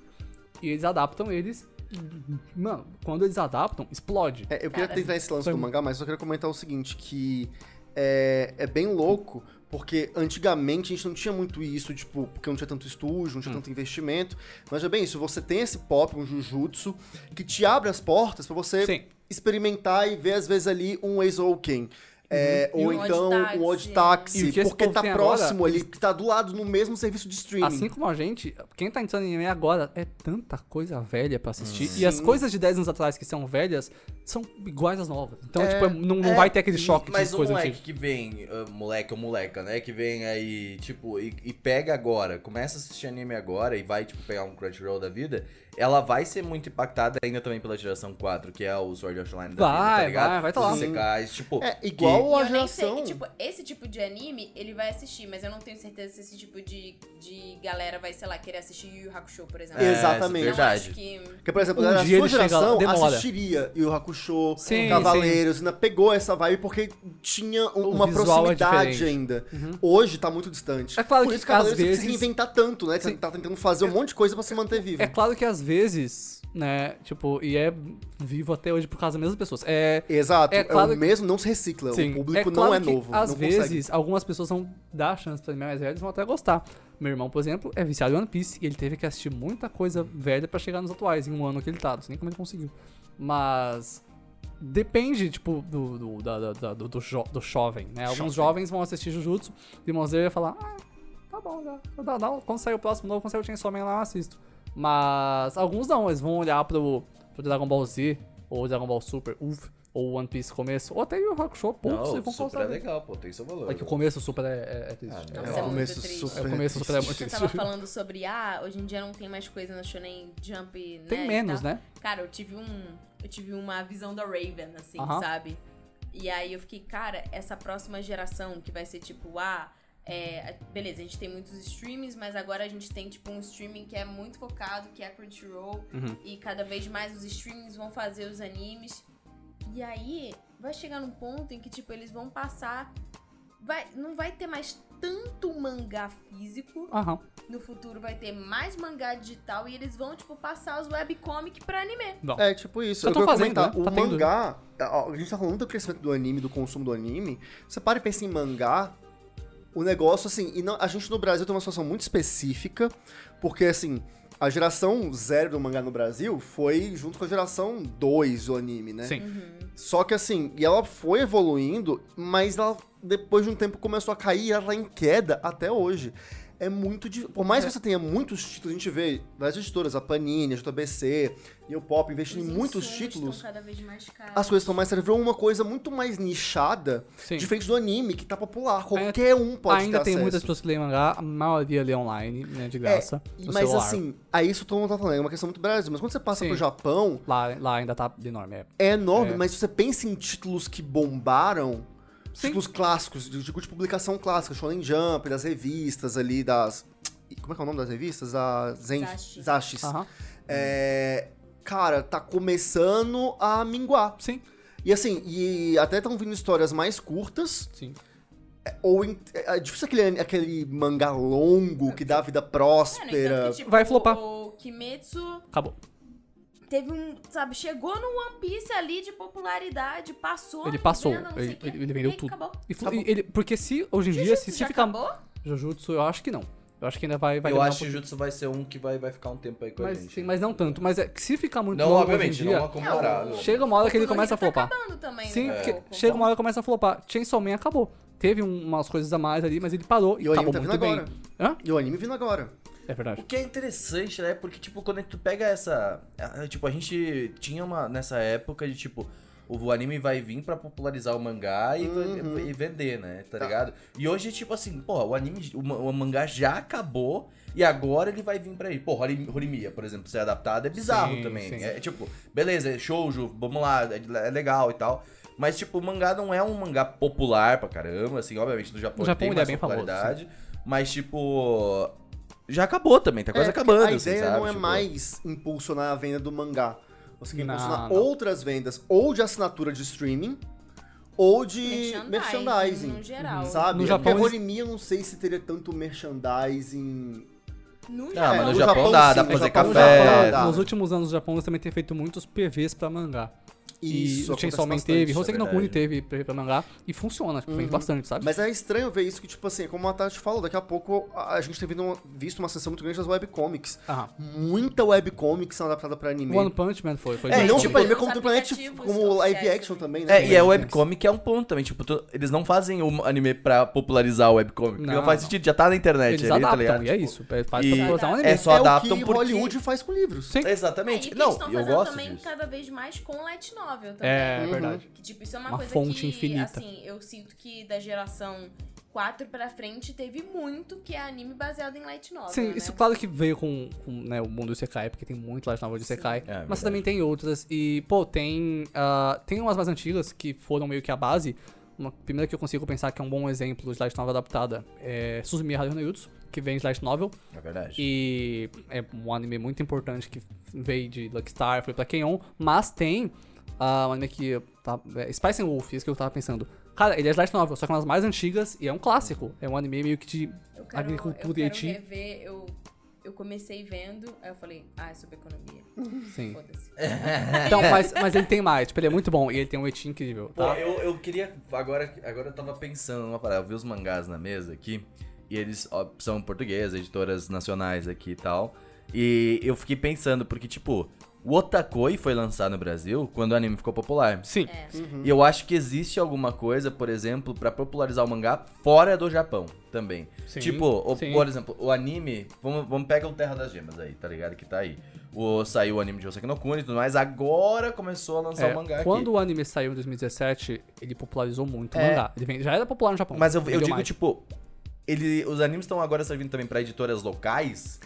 E eles adaptam eles. e, Mano, quando eles adaptam, explode.
É, eu queria
Cara,
tentar esse lance
foi
do
mu-
mangá, mas só queria comentar o seguinte, que é, é bem louco, porque antigamente a gente não tinha muito isso, tipo, porque não tinha tanto estúdio,
Hum.
não tinha tanto investimento. Mas é bem isso, você tem esse pop, um jujutsu, que te abre as portas pra você
Sim.
experimentar e ver, às vezes, ali um ex ou quem. É,
E
ou
um
então
Odd Taxi.
um odd
E
taxi,
o que esse
porque
povo
tá
tem agora,
próximo ali, que tá do lado no mesmo serviço de streaming.
Assim como a gente, quem tá entrando em anime agora é tanta coisa velha pra assistir.
Hum.
E as
Sim.
coisas de 10 anos atrás que são velhas são iguais às novas. Então,
É,
tipo, é- não, não
é,
vai ter aquele choque
Mas
de
o
coisa assim.
moleque
antiga.
que vem, ah, moleque ou moleca, né? Que vem aí, tipo, e, e pega agora, começa a assistir anime agora e vai, tipo, pegar um Crunchyroll da vida, ela vai ser muito impactada ainda também pela geração 4, que é o Sword Art Online da vida, tá
Vai,
ligado?
vai, vai tá
Os
lá.
isekais, tipo...
É,
E
igual a
eu nem sei,
geração.
que, tipo, esse tipo de anime, ele vai assistir, mas eu não tenho certeza se esse tipo de, de galera vai, sei lá, querer assistir Yu Yu Hakusho, por exemplo.
é,
Exatamente.
Não
Verdade.
acho que...
Porque, por exemplo,
Um
a
dia
sua
ele chega lá,
geração
demora.
assistiria Yu Hakusho,
Sim,
Cavaleiros, ainda pegou essa vibe porque tinha um-
O
uma
visual é
proximidade
diferente. Uhum.
ainda. Hoje tá muito distante.
É claro
por
que,
isso que Cavaleiros
às
tem que se
vezes-
reinventar tanto, né? Tá-
Sim.
Tá tentando fazer um monte de coisa pra se manter vivo.
É claro que às vezes, né, tipo, e é vivo até hoje por causa das mesmas pessoas. É.
Exato.
É
É,
claro
o
que-
mesmo, não se recicla.
Sim,
o público
é claro
não é
que,
novo.
Às
não
vezes,
consegue.
algumas pessoas vão dar chance pra animais velhos e vão até gostar. Meu irmão, por exemplo, é viciado em One Piece e ele teve que assistir muita coisa velha pra chegar nos atuais, em um ano que ele tá. Não sei nem como ele conseguiu. Mas. Depende, tipo, do, do, da- da- da- do, do, jo- do jovem, né? Alguns jovens vão assistir Jujutsu, Demon Slayer e falar, ah, tá bom, já. Dá, dá, quando sair o próximo novo, quando sair o Chainsaw Man lá, eu assisto. Mas alguns não, eles vão olhar pro, pro Dragon Ball Z, ou Dragon Ball Super, uff, ou One Piece começo, ou até o Rock Show,
Não,
putz, e vão
super é
causar.
legal, pô, tem seu valor.
É que o começo do Super é, é- é triste.
Ah,
né?
É,
não.
Nossa, é
real.
muito
começo
triste.
super-
É, o começo do Super é muito
Você tava
triste.
falando sobre, ah, hoje em dia não tem mais coisa na Shonen Jump, né?
Tem
e
menos,
tal.
né?
Cara, eu tive um. Eu tive uma visão da Raven, assim,
Aham.
sabe? E aí eu fiquei, cara, essa próxima geração que vai ser tipo, ah, é, beleza, a gente tem muitos streamings, mas agora a gente tem, tipo, um streaming que é muito focado, que é a Crunchyroll.
Uhum.
E cada vez mais os streamings vão fazer os animes. E aí vai chegar num ponto em que, tipo, eles vão passar. Vai, não vai ter mais tanto mangá físico.
Aham.
No futuro vai ter mais mangá digital e eles vão, tipo, passar os webcomic pra anime.
É, tipo isso.
Já
Eu
tão
queria
fazendo,
comentar,
né? Tá
o
tendo.
mangá... ó, A gente tá falando do crescimento do anime, do consumo do anime. Você para e pensa em mangá, o negócio, assim... E não- a gente no Brasil tem uma situação muito específica, porque, assim... A geração zero do mangá no Brasil foi junto com a geração 2 do anime, né?
Sim.
Uhum.
Só que assim, e ela foi evoluindo, mas ela depois de um tempo começou a cair e ela tá em queda até hoje. É muito difícil. Por mais que você tenha muitos títulos, a gente vê várias editoras, a Panini, a JBC e o Pop investindo em muitos títulos.
Estão cada vez mais caros.
As coisas estão mais. Virou uma coisa muito mais nichada,
Sim. É,
diferente do anime, que tá popular. Qualquer um pode
Ainda
ter
tem
acesso.
muitas pessoas que leem mangá, a maioria lê online, né? De
É,
graça.
e-
no
mas
celular.
assim, aí isso todo mundo tá falando, é uma questão muito Brasil. Mas quando você passa
Sim.
pro Japão,
Lá, lá ainda tá enorme. É.
É enorme,
É.
mas se você pensa em títulos que bombaram,
Sim.
títulos clássicos, de- digo de publicação clássica, Shonen Jump, das revistas ali, das. Como é que é o nome das revistas? A Zen...
Zashi.
Zashis.
Aham.
É, Cara, tá começando a minguar.
Sim,
E assim, e até estão vindo histórias mais curtas,
sim.
ou. em- É é difícil aquele, aquele mangá longo que dá vida
Mano, então,
próspera.
que, tipo,
Vai flopar.
O o Kimetsu
Acabou.
teve um, sabe, chegou no One Piece ali de popularidade, passou.
Ele
não
passou.
venda, não sei
Ele-
o quê,
ele- ele vendeu
e aí
tudo.
Acabou.
E flu-
Acabou.
e ele, porque se hoje em dia, se,
Jujutsu
se
já
ficar.
acabou?
Jujutsu, eu acho que não. Eu acho que ainda vai. vai
Eu
demorar
acho
um
que
pouquinho.
Jutsu vai ser um que vai, vai ficar um tempo aí com a
mas,
gente.
né?
sim, mas não tanto. Mas é que se ficar muito
não,
longo hoje em
obviamente,
dia,
não é comparado.
Chega uma hora que ele
O
começa a
Kuroko tá
flopar.
acabando também.
Sim,
né, um
porque
pouco.
chega uma hora que começa a flopar. Chainsaw Man acabou. Teve um- umas coisas a mais ali, mas ele parou e,
E o anime
acabou
tá vindo
muito bem.
agora.
Hã?
E o anime vindo agora.
É
O
verdade.
que é interessante, né? Porque, tipo, quando tu pega essa. a- a- Tipo, a gente tinha uma. Nessa época de tipo. O anime vai vir pra popularizar o mangá e,
Uhum.
e vender, né? Tá,
Tá.
ligado? E hoje, tipo assim, porra, o anime, o, ma- o mangá já acabou e agora ele vai vir pra aí. Pô, Hori- Horimiya, por exemplo, ser adaptado é bizarro
Sim,
também.
sim.
É tipo, beleza, é shoujo, vamos lá, é, é legal e tal. Mas, tipo, o mangá não é um mangá popular pra caramba, assim, obviamente no Japão,
No Japão
tem
ele é
mais
bem famoso,
popularidade. Mas, tipo, já acabou também, tá quase acabando.
É, A
assim,
ideia
sabe?
não é
Tipo,
mais impulsionar a venda do mangá. Você quer
Não,
impulsionar
não.
outras vendas, ou de assinatura de streaming, ou de merchandising.
No geral.
Sabe?
No
No
Japão
Japão,
eles-
eu não sei se teria tanto merchandising.
Ah,
No
Não,
É,
Ah, mas no
o
Japão,
Japão
dá, dá
sim, mas
pra fazer
o Japão
café.
dá, dá.
Nos últimos anos, o Japão eles também tem feito muitos PVs pra mangá. e o
acontece
Chainsaw Man
bastante,
teve,
é
Hoseki no
verdade.
Kuni teve PV pra mangá. E funciona, tipo, vende bastante, sabe?
Mas é estranho ver isso que, tipo assim, como a Tati falou, daqui a pouco a a gente tem vindo uma- visto uma sessão muito grande das webcomics.
Ah,
Muita webcomic são adaptada pra anime.
One Punch Man foi. foi
É,
É,
bem.
não
tipo,
tipo anime
os
como, pra Netflix,
aplicativos
como live
oficiais
action
também.
também,
É,
né?
e é
Netflix.
webcomic é um ponto também, tipo, tu- eles não fazem o anime pra popularizar o webcomic, porque não,
Não,
faz
não.
sentido, já tá na internet
Eles
ali, tá
adaptam,
ligado?
e é
Tipo,
isso. é- Faz
e-
pra botar um anime.
É só adaptam
o que
porque-
Hollywood faz com livros.
Sim.
Exatamente.
É, e que
não,
eles estão
eu
fazendo
gosto
também
disso.
cada vez mais com light novel também.
É, é
Uhum.
verdade.
Que, tipo, isso é uma,
Uma
coisa
fonte
que,
infinita.
assim, eu sinto que da geração 4 pra frente teve muito que é anime baseado em light novel,
Sim,
né?
isso claro que veio com, com, né, o mundo do Sekai, porque tem muito light novel de Sekai.
É,
mas
verdade.
também tem outras. E, pô, tem. ah, tem umas mais antigas que foram meio que a base. Uma primeira que eu consigo pensar que é um bom exemplo de light novel adaptada é Suzumiya Haruhi no Yutsu, que vem de light novel.
É verdade.
E é um anime muito importante que veio de Lucky Star, foi pra Kenyon. Mas tem ah, um anime que. Tá, é, Spice and Wolf, isso que eu tava pensando. Cara, ele é de light novel, só que é uma das mais antigas e é um clássico. É um anime meio que de
Eu quero,
agricultura
eu
e
quero
Haiti.
rever, eu, eu comecei vendo, aí eu falei, ah, é sobre economia.
Hum.
Sim.
Foda-se.
É,
Então, mas, mas ele tem mais, tipo, ele é muito bom e ele tem um eti incrível,
Pô,
tá?
eu, eu queria. Agora, agora eu tava pensando numa parada. Eu vi os mangás na mesa aqui. E eles ó, são portugueses, editoras nacionais aqui e tal. E eu fiquei pensando, porque, tipo, o Otakoi foi lançado no Brasil quando o anime ficou popular. Uhum.
Sim.
É. E eu acho que existe alguma coisa, por exemplo, pra popularizar o mangá fora do Japão também.
Sim,
tipo, o-
sim.
por exemplo, o anime. Vamos, vamos pegar o Terra das Gemas aí, tá ligado? Que tá aí. O, saiu o anime de Hoseki no Kuni e tudo mais. Agora começou a lançar
É,
o mangá
quando
aqui.
o anime saiu em 2017, ele popularizou muito o
É.
mangá. Ele vem- já era popular no Japão.
Mas eu, eu
vendeu
digo,
mais.
tipo. Ele, os animes estão agora servindo também pra editoras locais.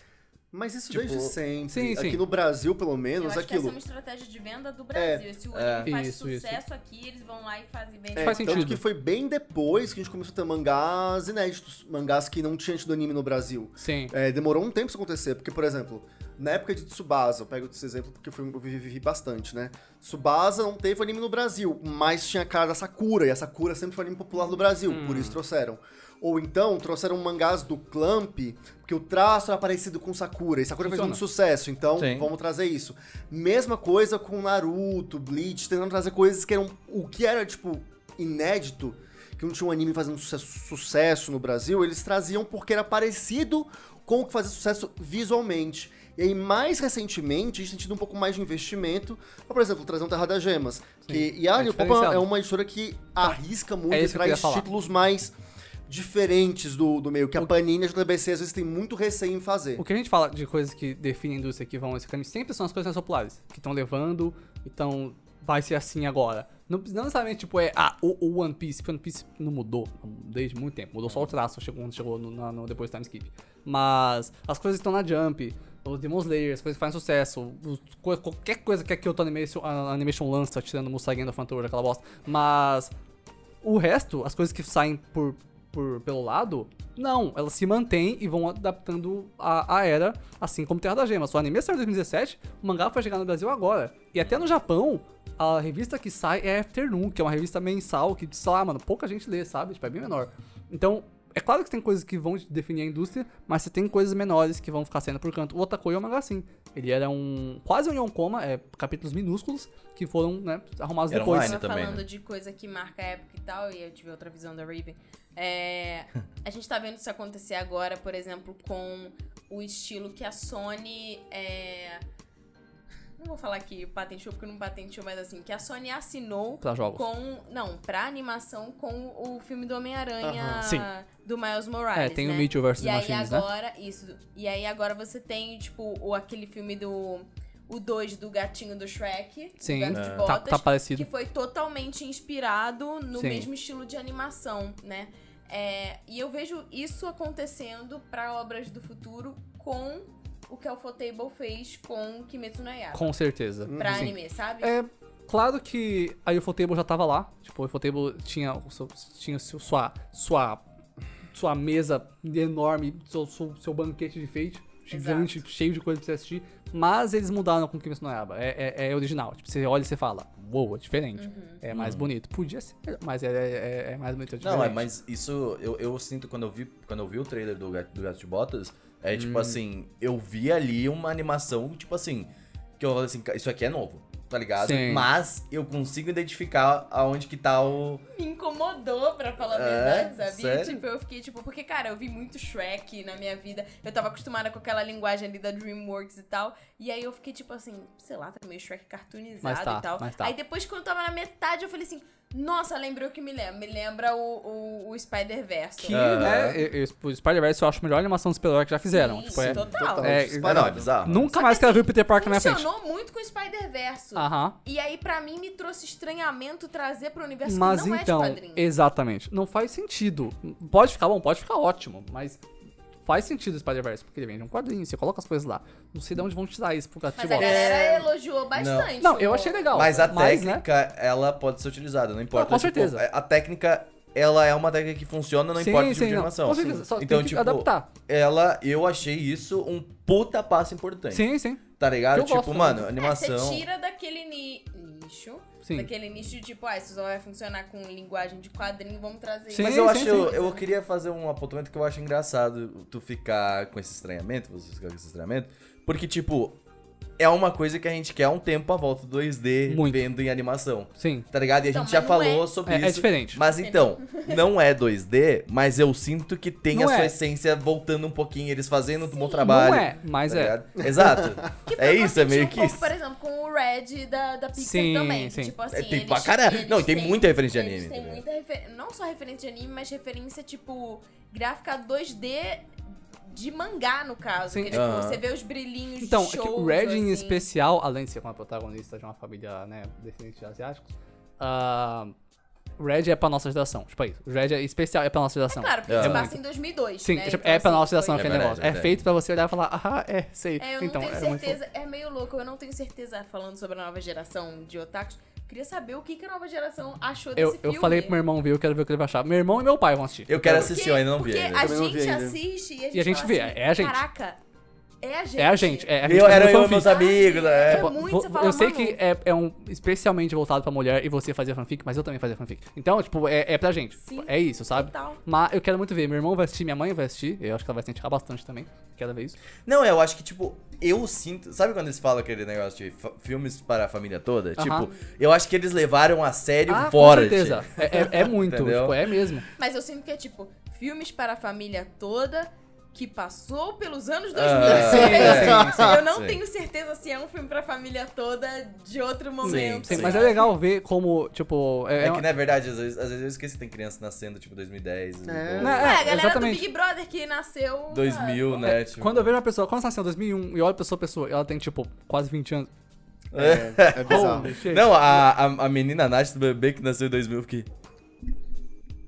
Mas isso
Tipo,
desde sempre.
sim, sim.
Aqui no Brasil, pelo
Eu
menos,
acho que essa é
aquilo.
uma estratégia de venda do Brasil. Se o
é.
anime faz
Isso, isso.
sucesso aqui, eles vão lá e fazem bem.
Faz
tanto
sentido.
que foi bem depois que a gente começou a ter mangás inéditos, mangás que não tinha tido anime no Brasil.
Sim.
É, demorou um tempo isso acontecer, porque, por exemplo, na época de Tsubasa, eu pego esse exemplo porque foi, eu vivi, vivi bastante, né? Tsubasa não teve anime no Brasil, mas tinha a cara da Sakura, e a Sakura sempre foi um anime popular no Brasil,
Hum.
por isso trouxeram. Ou então, trouxeram mangás do Clamp, porque o traço era parecido com Sakura, e Sakura
Funciona.
fez muito sucesso, então
Sim.
vamos trazer isso. Mesma coisa com Naruto, Bleach, tentando trazer coisas que eram... O que era, tipo, inédito, que não tinha um anime fazendo sucesso, sucesso no Brasil, eles traziam porque era parecido com o que fazia sucesso visualmente. E aí, mais recentemente, a gente tem tido um pouco mais de investimento. pra, Por exemplo, trazer um Terra das Gemas. que, e a
é
Anipoppa
diferenciado. Tá.
é uma editora que arrisca muito
É
e
isso que eu
traz
ia falar.
títulos mais diferentes do, do meio. Que a Panini e a JBC às vezes tem muito receio em fazer.
O que a gente fala de coisas que definem a indústria que vão esse caminho sempre são as coisas mais populares, que estão levando, então vai ser assim agora. Não, não necessariamente, tipo, é ah, o, o One Piece, porque One Piece não mudou desde muito tempo, mudou só o traço chegou, quando chegou no, na- no- depois do time skip. Mas as coisas estão na Jump, os Demon Slayer, as coisas que fazem sucesso, os- co- qualquer coisa que a Kyoto Animation, a Animation lança, tirando o Musagen da Fantour, aquela bosta. Mas o resto, as coisas que saem por, por- pelo lado, não. Elas se mantêm e vão adaptando a, a era, assim como Terra da Gema. Só o anime saiu em 2017, o mangá foi chegar no Brasil agora. E até no Japão, a revista que sai é Afternoon, que é uma revista mensal que, sei lá, mano, pouca gente lê, sabe? Tipo, é bem menor. Então, é claro que tem coisas que vão definir a indústria, mas você tem coisas menores que vão ficar saindo por canto. O Otakoi é um mangá assim. Ele era um. quase um Yonkoma, é capítulos minúsculos que foram, né, arrumados
Era
depois.
online.
tava
também,
falando
né?
de coisa que marca a época e tal, e eu tive outra visão da Raven. É, a gente tá vendo isso acontecer agora, por exemplo, com o estilo que a Sony. é, não vou falar que patenteou porque não patenteou, mas assim, que a Sony assinou
Pra jogos.
com. Não, pra animação com o filme do Homem-Aranha
Aham.
Sim.
do Miles Morales.
É, tem
né?
o Mitchell vs.
E aí
Machines, né?
agora, isso. E aí agora você tem, tipo, o, aquele filme do. O 2 do gatinho do Shrek.
Sim,
do gato de
tá-
botas,
tá parecido.
Que foi totalmente inspirado no
Sim.
mesmo estilo de animação, né? É, e eu vejo isso acontecendo pra obras do futuro com o que a Ufotable fez com Kimetsu no Yaiba.
Com certeza.
Tá Pra
Sim.
anime, sabe?
É, claro que a Ufotable já tava lá. Tipo, a Ufotable tinha, o seu- tinha o seu- sua, sua, sua mesa enorme, seu, seu, seu banquete de feito, gigante, cheio de coisa pra você assistir. Mas eles mudaram com o Kimetsu no Yaiba. É, é, é original. Tipo, você olha e você fala. uou, é diferente.
Uhum.
É mais bonito. Podia ser, melhor, mas é, é, é- é mais bonito. É
Não, é,
diferente.
mas isso eu, eu sinto quando eu vi quando eu vi o trailer do, Gat- do Gato de Botas, é tipo assim, eu vi ali uma animação, tipo assim, que eu falei assim, "Ca- isso aqui é novo, tá ligado?
Sim.
Mas eu consigo identificar aonde que tá o.
Me incomodou, pra falar a
É?
verdade, sabe?
Sério?
Tipo, eu fiquei, tipo, porque, cara, eu vi muito Shrek na minha vida. Eu tava acostumada com aquela linguagem ali da DreamWorks e tal. E aí eu fiquei, tipo assim, sei lá, tá meio Shrek
Mas
cartoonizado
tá,
e tal.
mas tá.
Aí depois, quando eu tava na metade, eu falei assim, nossa, lembrei o que me lembra. Me lembra o, o, o Spider-Verse.
Que,
lá.
Ah.
né, eu- eu- o Spider-Verse eu acho a melhor animação do super que já fizeram.
Sim,
tipo, é-
total.
é,
Ah, não, é
disparado.
bizarro.
nunca
Só
mais
que
quero ver
assim,
o Peter Parker na minha frente.
Funcionou muito com o Spider-Verse.
Aham.
E aí, pra mim, me trouxe estranhamento trazer pro universo
Mas
que não
então,
é de quadrinhos.
exatamente. Não faz sentido. Pode ficar bom, pode ficar ótimo, mas faz sentido o Spider-Verse, porque ele vem de um quadrinho, você coloca as coisas lá. Não sei de onde vão tirar isso pro gato de
Mas é a
botas.
galera
É.
elogiou bastante.
é tipo Não, eu
o-
achei legal.
Mas a
né,
técnica, ela pode ser utilizada, não importa.
Não, com
tipo,
certeza.
A técnica, ela é uma técnica que funciona, não
Sim,
importa o tipo
sim,
de
não.
animação.
Com certeza, só
então,
tem que
tipo,
adaptar.
ela, eu achei isso um puta passo importante.
Sim, sim.
Tá ligado?
Eu
tipo,
gosto né?
mano,
também.
É,
animação.
você tira daquele ni- nicho,
Sim.
daquele nicho de tipo, ah, isso só vai funcionar com linguagem de quadrinho, vamos trazer
Sim.
isso.
Mas eu
sim,
acho, eu,
sim.
eu queria fazer um apontamento que eu acho engraçado tu ficar com esse estranhamento, você ficar com esse estranhamento, porque, tipo, é uma coisa que a gente quer há um tempo a volta do 2D
Muito.
vendo em animação.
Sim.
Tá ligado? E a
Então,
gente já
mas não
falou
é.
sobre
É- é
isso.
diferente.
Mas então, não é 2D, mas eu sinto que tem
Não
a sua
é.
essência voltando um pouquinho, eles fazendo um bom trabalho.
Não é, mas
tá
é.
ligado? Exato.
Que foi
é
o que eu
isso, é
senti
meio
um
que
pouco,
isso.
Por exemplo, com o Red da, da Pixar
Sim,
também.
sim.
Tipo assim,
É, tem
eles-
pra caralho.
eles
Não, tem
têm-
muita referência de
eles
anime,
têm
tá
muita refer- Não só referência de anime, mas referência, tipo, gráfica 2D de mangá, no caso.
Sim.
Que, tipo,
Aham.
você vê os brilhinhos
Então,
de
é
shows,
que o Red, em
assim.
especial, além de ser uma protagonista de uma família, né, descendente de asiáticos, ah, o Red é pra nossa geração. Tipo, é isso. O Red é especial, é pra nossa geração.
Claro, porque
É.
se
muito.
passa em 2002,
Sim,
né?
tipo,
Então,
é pra
assim,
nossa geração
foi-
aquele
É verdade,
negócio.
é
É
verdade.
feito pra você olhar e falar, ah, é, sei.
É, eu
então,
não tenho
é muito
certeza. É meio louco, eu não tenho certeza, falando sobre a nova geração de otakus. Queria saber o que, que a nova geração achou desse
Eu, eu
filme.
falei pro meu irmão ver, eu quero ver o que ele vai achar. Meu irmão e meu pai vão assistir.
Eu
É,
quero
Porque-
assistir, eu ainda não vi.
Porque
ainda.
a
Também não vi
gente
ainda.
assiste e a gente,
E a gente
fala
vê,
assim,
é a gente.
Caraca, é a gente.
É a gente, é a gente.
Eu
vai
era eu
ver
e
fanfic.
meus amigos, né?
É muito,
Vo-
você fala,
eu sei
mano.
que é, é um especialmente voltado pra mulher e você fazer fanfic, mas eu também fazia fanfic. Então, tipo, é, é pra gente.
Sim.
É isso, sabe?
Total.
Mas eu quero muito ver. Meu irmão vai assistir, minha mãe vai assistir. Eu acho que ela vai se identificar bastante também. Quero ver isso.
Não, eu acho que, tipo, eu sinto. Sabe quando eles falam aquele negócio de fa- filmes para a família toda?
Aham.
Tipo, eu acho que eles levaram a sério
ah,
fora. tipo.
com certeza.
gente.
É, é- é muito,
Entendeu?
tipo, é mesmo.
Mas eu sinto que é tipo, filmes para a família toda que passou pelos anos 2000.
Ah,
Sim,
então.
sim,
sim. eu não
sim.
tenho certeza se é um filme para a família toda de outro momento.
Sim,
Sim.
mas é legal ver como, tipo. É,
É
é
que,
uma-
na verdade, às vezes, às vezes eu esqueço que tem criança nascendo, tipo, 2010,
É.
É,
Né?
2000,
a galera
exatamente.
do Big Brother que nasceu... ah,
2000 né? Tipo,
É, Quando eu vejo uma pessoa, quando ela nasceu em 2001 e um, olho pra essa pessoa, ela tem, tipo, quase 20 anos.
É, é bizarro.
Holy shit.
Não, a, a, a menina Nath do bebê que nasceu em 2000, eu fiquei.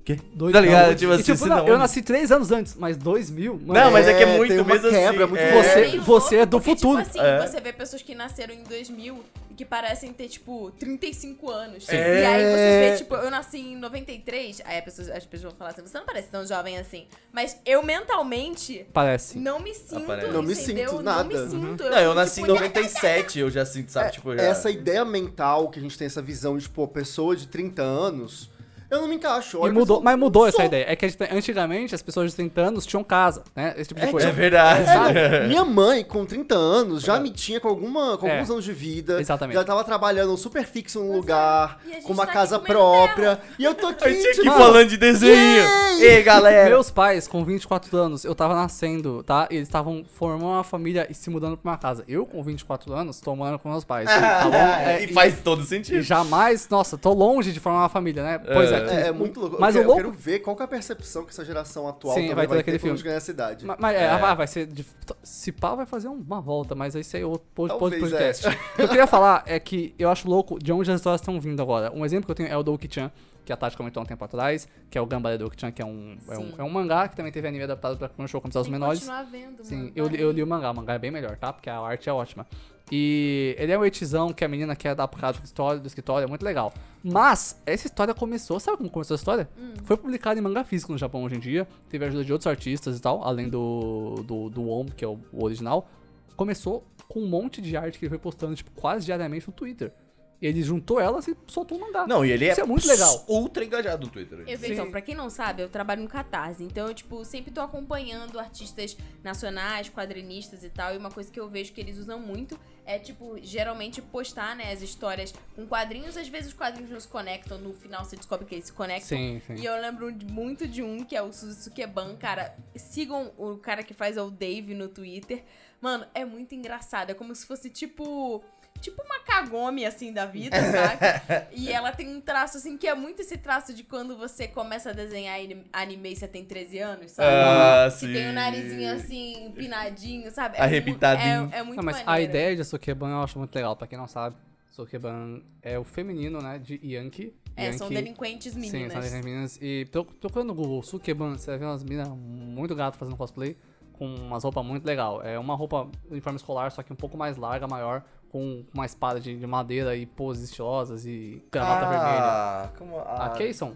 Quê?
Dois-
tá ligado?
não,
tipo
e,
assim,
tipo,
você
não,
não.
eu nasci três anos antes, mas 2000? Mano,
Não, mas é que é
É,
muito
tem uma
mesmo
quebra,
assim.
muito
é...
Você-
meio
você é do
porque,
futuro.
Tipo assim,
É.
você vê pessoas que nasceram em 2000 e que parecem ter, tipo, 35 anos.
Sim.
E aí
É.
você vê, tipo, eu nasci em 93, aí as pessoas, as pessoas vão falar assim, você não parece tão jovem assim. Mas eu mentalmente
Parece.
não me sinto,
Aparece.
Não me
entendeu?
sinto
Não me
nada.
sinto.
Uhum. Não, eu
fico,
nasci em
tipo,
97, eu já sinto, sabe?
É,
tipo, já.
Essa ideia mental que a gente tem, essa visão de, pô, pessoa de 30 anos, eu não me encaixo. eu
E
olho pra
mudou,
pessoa,
mas mudou essa
sou-
ideia. É que a gente- antigamente as pessoas de 30 anos tinham casa, né? Esse tipo de coisa.
É verdade.
É, minha mãe, com 30 anos, já me tinha com, alguma, com
É.
alguns anos de vida.
Exatamente.
Já tava trabalhando super fixo num lugar,
é, E a gente
com uma
tá aqui
casa
comendo
própria. E eu tô aqui,
Eu tinha que ir
tipo,
falando de desenho. Ei, galera.
É. Meus pais, com 24 anos, eu tava nascendo, tá? E eles estavam formando uma família e se mudando pra uma casa. Eu, com 24 anos, tô morando com meus pais. tá bom? É,
e faz todo
e
sentido.
jamais, nossa, tô longe de formar uma família, né? Pois é.
É, é muito louco.
Mas
eu,
o
quero- eu
louco-
quero ver qual que é a percepção que essa geração atual
Sim,
também
vai ter daquele
ter quando
filme.
ganhar essa idade.
Ma- Mas é,
É.
ah, vai ser. dif- to- Se pá, vai fazer uma volta, mas aí é outro pod-
Talvez,
podcast. O que eu queria falar é que eu acho louco de onde as histórias estão vindo agora. Um exemplo que eu tenho é o do Oki-chan, que a Tati comentou há um tempo atrás, que é o Gambare do Oki-chan, que é um, é, um,
Sim.
é um mangá que também teve anime adaptado pra Crunchyroll começar os
Tem que
menores.
continuar vendo,
Sim,
mano.
eu, li- eu li o mangá, o mangá é bem melhor, tá? Porque a arte é ótima. E ele é um etizão que a menina quer dar por causa do escritório, do escritório, é muito legal. Mas essa história começou, sabe como começou a história?
Hum.
Foi publicada em mangá físico no Japão hoje em dia, teve a ajuda de outros artistas e tal, além do, do, do Om, que é o, o original. Começou com um monte de arte que ele foi postando, tipo, quase diariamente no Twitter. Ele juntou elas e soltou um mangá.
Não, e ele é,
Isso é muito legal.
ultra engajado no Twitter.
Eu,
Sim.
então, pra quem não sabe, eu trabalho no Catarse. Então, eu, tipo, sempre tô acompanhando artistas nacionais, quadrinistas e tal. E uma coisa que eu vejo que eles usam muito é, tipo, geralmente postar, né, as histórias com quadrinhos. Às vezes os quadrinhos não se conectam, no final você descobre que eles se conectam.
Sim, sim.
E eu lembro de- muito de um que é o Suzuki-ban, cara. Sigam o cara que faz é o Dave no Twitter. Mano, é muito engraçado. É como se fosse tipo. Tipo uma Kagome, assim, da vida, saca? e ela tem um traço, assim, que é muito esse traço de quando você começa a desenhar ani- anime e você tem 13 anos, sabe?
Ah,
que
sim.
tem o narizinho, assim, empinadinho, sabe? É mu-
Arrebitadinho.
É, é muito
Não, mas a
maneiro.
ideia de Sokeban eu acho muito legal, pra quem não sabe. Sokeban é o feminino, né, de Yankee.
É, são
Yankee-
delinquentes
Sim, são
meninas.
delinquentes meninas. E tô- tocando no Google Sukeban, você vai ver umas meninas muito gatas fazendo cosplay com umas roupas muito legal. É uma roupa, uniforme escolar, só que um pouco mais larga, maior, com uma espada de, de madeira e poses estilosas e gravata vermelha.
ah, como a...
A Keyson.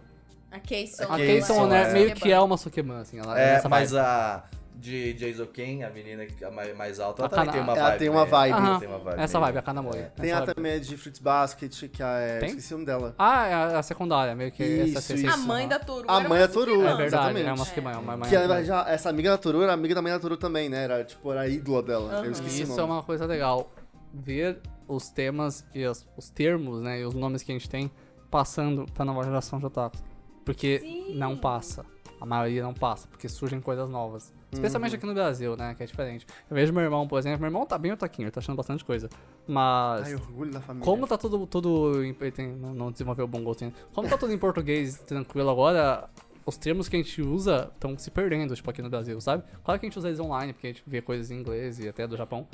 a Keyson.
Keyson,
A Keyson, né,
é.
meio que é uma Sukeban, assim. Ela
É,
é, essa
mas
vibe.
a de Jason Ken, a menina que- a mais, mais alta,
A
ela também
Kana-
tem uma
Ela
vibe.
tem uma
né?
vibe.
Ela
Aham,
tem uma vibe.
Essa
meio-
vibe, a Kanamori. essa
Tem a
vibe.
também de Fruits Basket, que é.
é Tem?
Esqueci o nome dela.
Ah, é a, a secundária, meio que essa-
Isso,
essa
isso.
A
essa-
mãe da
aham.
Toru.
A
era
mãe
uma
da Toru,
Sukeban.
É verdade,
exatamente.
é uma Sukeban, é uma mãe.
Que ela era já, essa amiga da Toru era amiga da mãe da Toru também, né? Era tipo, era a ídola dela.
Aham.
Eu esqueci
Isso
o
é
nome.
uma coisa legal. Ver os temas e as- os termos, né? E os nomes que a gente tem passando pra nova geração de otaku. Porque
Sim.
não passa. A maioria não passa, porque surgem coisas novas.
Uhum.
Especialmente aqui no Brasil, né? Que é diferente. Eu vejo meu irmão, por exemplo. Meu irmão tá bem otaquinho, ele tá achando bastante coisa. Mas.
Ai, orgulho da família.
Como tá tudo, tudo em, tem- não, não desenvolveu o bom gotinho. Como tá tudo em português tranquilo agora, os termos que a gente usa estão se perdendo, tipo, aqui no Brasil, sabe? Claro que a gente usa eles online, porque a gente vê coisas em inglês e até do Japão.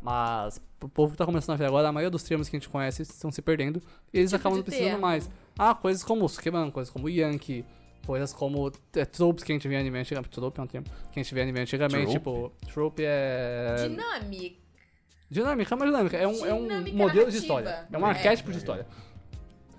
Mas pro povo que tá começando a ver agora, a maioria dos termos que a gente conhece estão se perdendo e eles
Tipo
acabam
de
não precisando
termo.
mais. Ah, coisas como Sukeban, coisas como Yankee, coisas como é, tropes que a gente vê em anime antigamente. Trope é um tempo. Que a gente vê em anime antigamente,
Trope?
tipo, trope é.
Dinâmica.
Dinâmica, é uma dinâmica. É um, é um
Dinâmica
modelo de
narrativa.
história. É um
É.
arquétipo de história.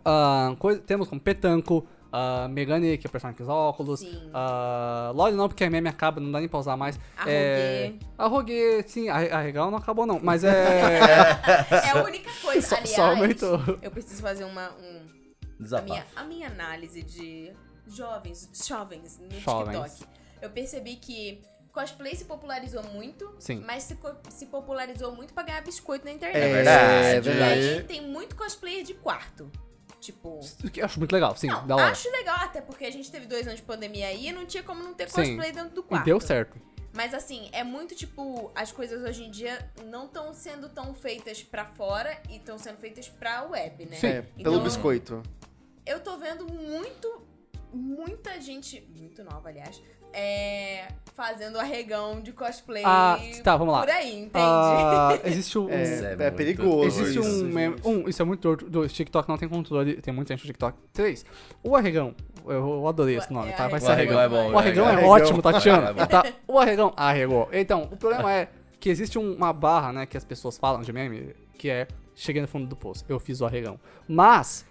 Ah, coi- temos como Petanco, ah, Megane, que é o personagem que usa óculos.
Sim.
ah, Loli não, porque a meme acaba, não dá nem pra usar mais.
Arroguê.
É, Arroguê, sim. A, a Regal não acabou, não. Mas é...
É a única coisa.
Só-
Aliás,
só aumentou.
eu preciso fazer uma. um- a,
Desabafo.
minha, a minha análise de jovens, jovens no
Jovens.
TikTok. Eu percebi que cosplay se popularizou muito,
Sim.
mas se, co- se popularizou muito pra ganhar biscoito na internet.
É verdade, é
E aí
verdade.
tem muito cosplayer de quarto. Tipo.
o que eu acho muito legal, sim.
Não,
da hora.
acho legal, até porque a gente teve dois anos de pandemia aí e não tinha como não ter
Sim.
cosplay dentro do
E
quarto.
deu certo.
Mas assim, é muito tipo, as coisas hoje em dia não estão sendo tão feitas pra fora e estão sendo feitas pra web, né?
Sim.
É, pelo
Então-
biscoito.
Eu tô vendo muito, muita gente, muito nova, aliás, é, fazendo arregão de cosplay
Ah, tá, vamos lá.
por aí, entende?
Ah, existe um...
É,
é
é,
muito
perigoso.
Existe
Isso,
um meme. Um, isso é muito torto. Dois, TikTok não tem controle. Tem muita gente no TikTok. Três, o Arregão. Eu, eu adorei esse nome,
É,
tá? Vai
Arregão.
ser Arregão.
é bom.
O Arregão é
Arregão.
ótimo, Tatiana.
É bom.
Tá, o Arregão arregou. Então, o problema é que existe uma barra, né, que as pessoas falam de meme, que é cheguei no fundo do poço, eu fiz o Arregão. Mas,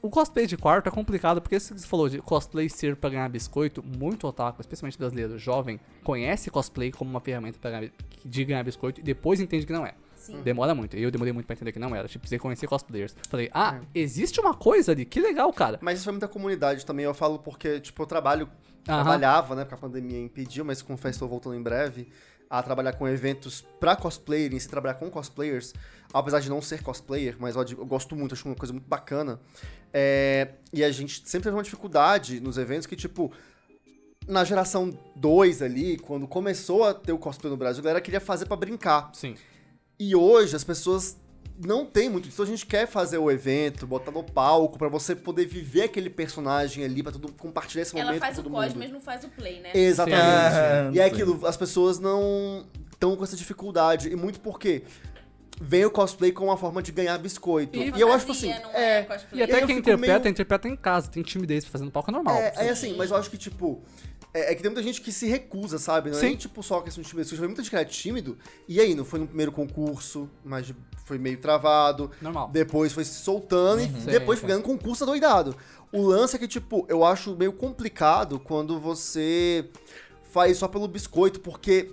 o cosplay de quarto é complicado, porque se você falou de cosplay ser pra ganhar biscoito, muito otaku, especialmente brasileiro jovem, conhece cosplay como uma ferramenta pra ganhar, de ganhar biscoito e depois entende que não é.
Sim.
Demora muito. Eu demorei muito pra entender que não era. Tipo, precisei conhecer cosplayers. Falei, ah, existe uma coisa ali, que legal, cara.
Mas isso foi muita comunidade também. Eu falo porque, tipo, eu trabalho.
Aham.
Trabalhava, né? Porque a pandemia impediu, mas com o Festival voltando em breve. A trabalhar com eventos pra cosplayer, em se trabalhar com cosplayers, apesar de não ser cosplayer, mas eu, ad- eu gosto muito, acho uma coisa muito bacana. É, e a gente sempre teve uma dificuldade nos eventos que, tipo, na geração 2 ali, quando começou a ter o cosplay no Brasil, a galera queria fazer pra brincar.
Sim.
E hoje as pessoas não têm muito disso. A gente quer fazer o evento, botar no palco, pra você poder viver aquele personagem ali, pra todo compartilhar esse
Ela
momento
faz
com
o
todo
cos,
mundo.
mas não faz o play, né?
Exatamente.
Sim.
e é aquilo, as pessoas não estão com essa dificuldade. E muito porque vem o cosplay como uma forma de ganhar biscoito.
E
E,
Fantasia
eu acho que assim.
não
É,
cosplay.
E até
eu
quem
fico
interpreta,
meio-
interpreta em casa. Tem timidez pra fazer no palco, é normal.
É,
Você-
é assim, mas eu acho que, tipo. É, é que tem muita gente que se recusa, sabe? Não é
Sim.
nem, tipo só questão de timidez. Tem muita gente que era tímido. E aí, não foi no primeiro concurso, mas foi meio travado.
Normal.
Depois foi se soltando e
Uhum. Sim,
depois
sim.
foi ganhando concurso doidado. O lance é que, tipo, eu acho meio complicado quando você faz só pelo biscoito, porque,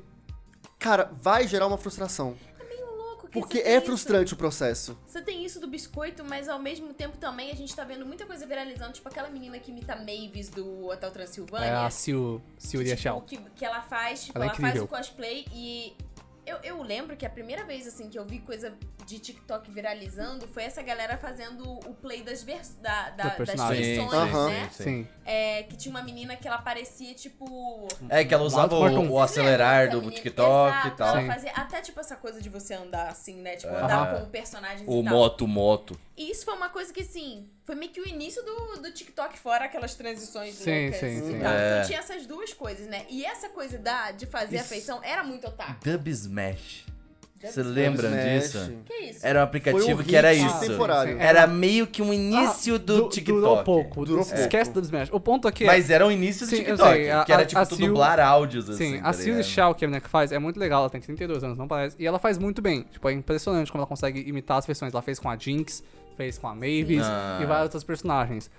cara, vai gerar uma frustração.
É meio louco,
Porque
você tem
é
isso.
frustrante o processo.
Você tem isso do biscoito, mas ao mesmo tempo também a gente tá vendo muita coisa viralizando. Tipo aquela menina que imita Mavis do Hotel Transilvânia.
É a Sil,
que,
Silvia
tipo,
Shell.
que, que ela faz, tipo,
Ela é
ela, faz
incrível.
o cosplay e. Eu, eu lembro que a primeira vez, assim, que eu vi coisa de TikTok viralizando foi essa galera fazendo o play das, vers da, da-
Do
das
personagem.
versões,
Aham.
né?
Sim.
É, que tinha uma menina que ela parecia, tipo...
É que ela usava
Mortal
o,
Kombat.
o acelerar
Essa
do
menina-
TikTok e
Exato,
tal.
ela
Sim.
fazia até, tipo, essa coisa de você andar assim, né? Tipo,
É.
andar
Aham.
com personagens
O
e tal.
moto, moto.
E isso foi uma coisa que, assim, foi meio que o início do, do TikTok, fora aquelas transições
Sim,
loucas
sim,
e
sim.
tal.
É.
Então tinha essas duas coisas, né? E essa coisa da, de fazer
Isso.
afeição era muito otaku.
Dub Smash.
Deve
Você
ser.
lembram
Smash.
disso?
Que isso?
Era um
Foi um
aplicativo
hit
que era
de
isso.
temporário.
Sim.
Era meio que um início do
Ah, Du- Durou um
TikTok.
pouco.
Durou
es- Esquece do Smash. O ponto aqui é.
Mas era o início do
Sim, eu
TikTok.
sei, a-
que era
a-
tipo
a
tu
Sil-
dublar áudios assim.
Sim,
tá
a Silvia
ligado?
Shaw, que a menina que faz, é muito legal. Ela tem 32 anos, não parece. E ela faz muito bem. Tipo, é impressionante como ela consegue imitar as versões. Ela fez com a Jinx, fez com a Mavis
Ah.
e várias outras personagens.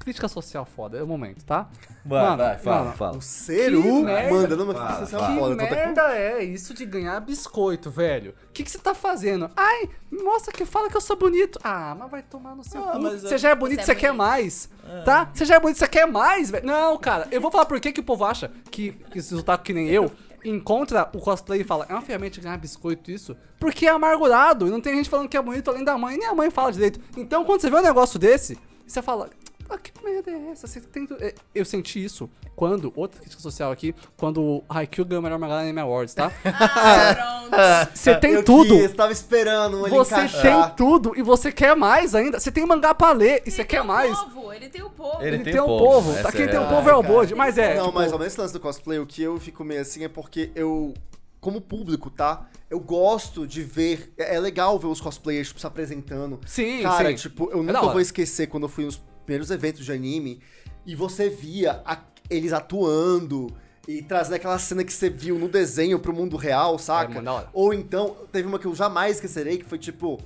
Crítica social foda, é o momento, tá?
Vai,
Mano,
vai, fala,
mano.
fala.
O Seru
merda.
mandando uma
Fala,
sensação
fala.
foda.
que
tô até com-
merda é isso de ganhar biscoito, velho? O que, que você tá fazendo? Ai, mostra que fala que eu sou bonito. Ah, mas vai tomar no seu
Ah,
cu.
mas
Você
eu-
já é bonito,
Você
você
é
quer
bonito.
mais.
Ah.
Tá? Você já é bonito, você quer mais, velho. Não, cara, eu vou falar por que que o povo acha que que esses otaku que nem eu encontra o cosplay e fala, é uma ferramenta de ganhar biscoito isso? Porque é amargurado. E não tem gente falando que é bonito além da mãe, nem a mãe fala direito. Então, quando você vê um negócio desse, você fala, ah, que merda é essa? Você tem tu- é, Eu senti isso quando, outra crítica social aqui, quando o Haikyuu ganhou o melhor mangá na Anime Awards, tá?
Ah, pronto.
Você tem
Eu
tudo.
quis, tava esperando ele
Você
encaixar.
tem tudo e você quer mais ainda. Você tem um mangá pra ler e você
Ele
quer
tem um o
é mais.
povo, ele tem o povo.
Ele-
Ele
tem
tem
o
um
povo,
povo.
essa
Tá, quem
é
tem um
a-
povo é o
Ai,
bode. Mas é.
não,
tipo,
mas ao menos esse lance do cosplay, o que eu fico meio assim é porque eu, como público, tá? Eu gosto de ver. É é legal ver os cosplayers tipo, se apresentando.
Sim,
Cara,
sim.
tipo, eu
É da
nunca
hora.
vou esquecer quando eu fui nos primeiros eventos de anime e você via a- eles atuando e trazendo aquela cena que você viu no desenho pro mundo real, saca?
mano, É da hora.
Ou então, teve uma que eu jamais esquecerei, que foi tipo,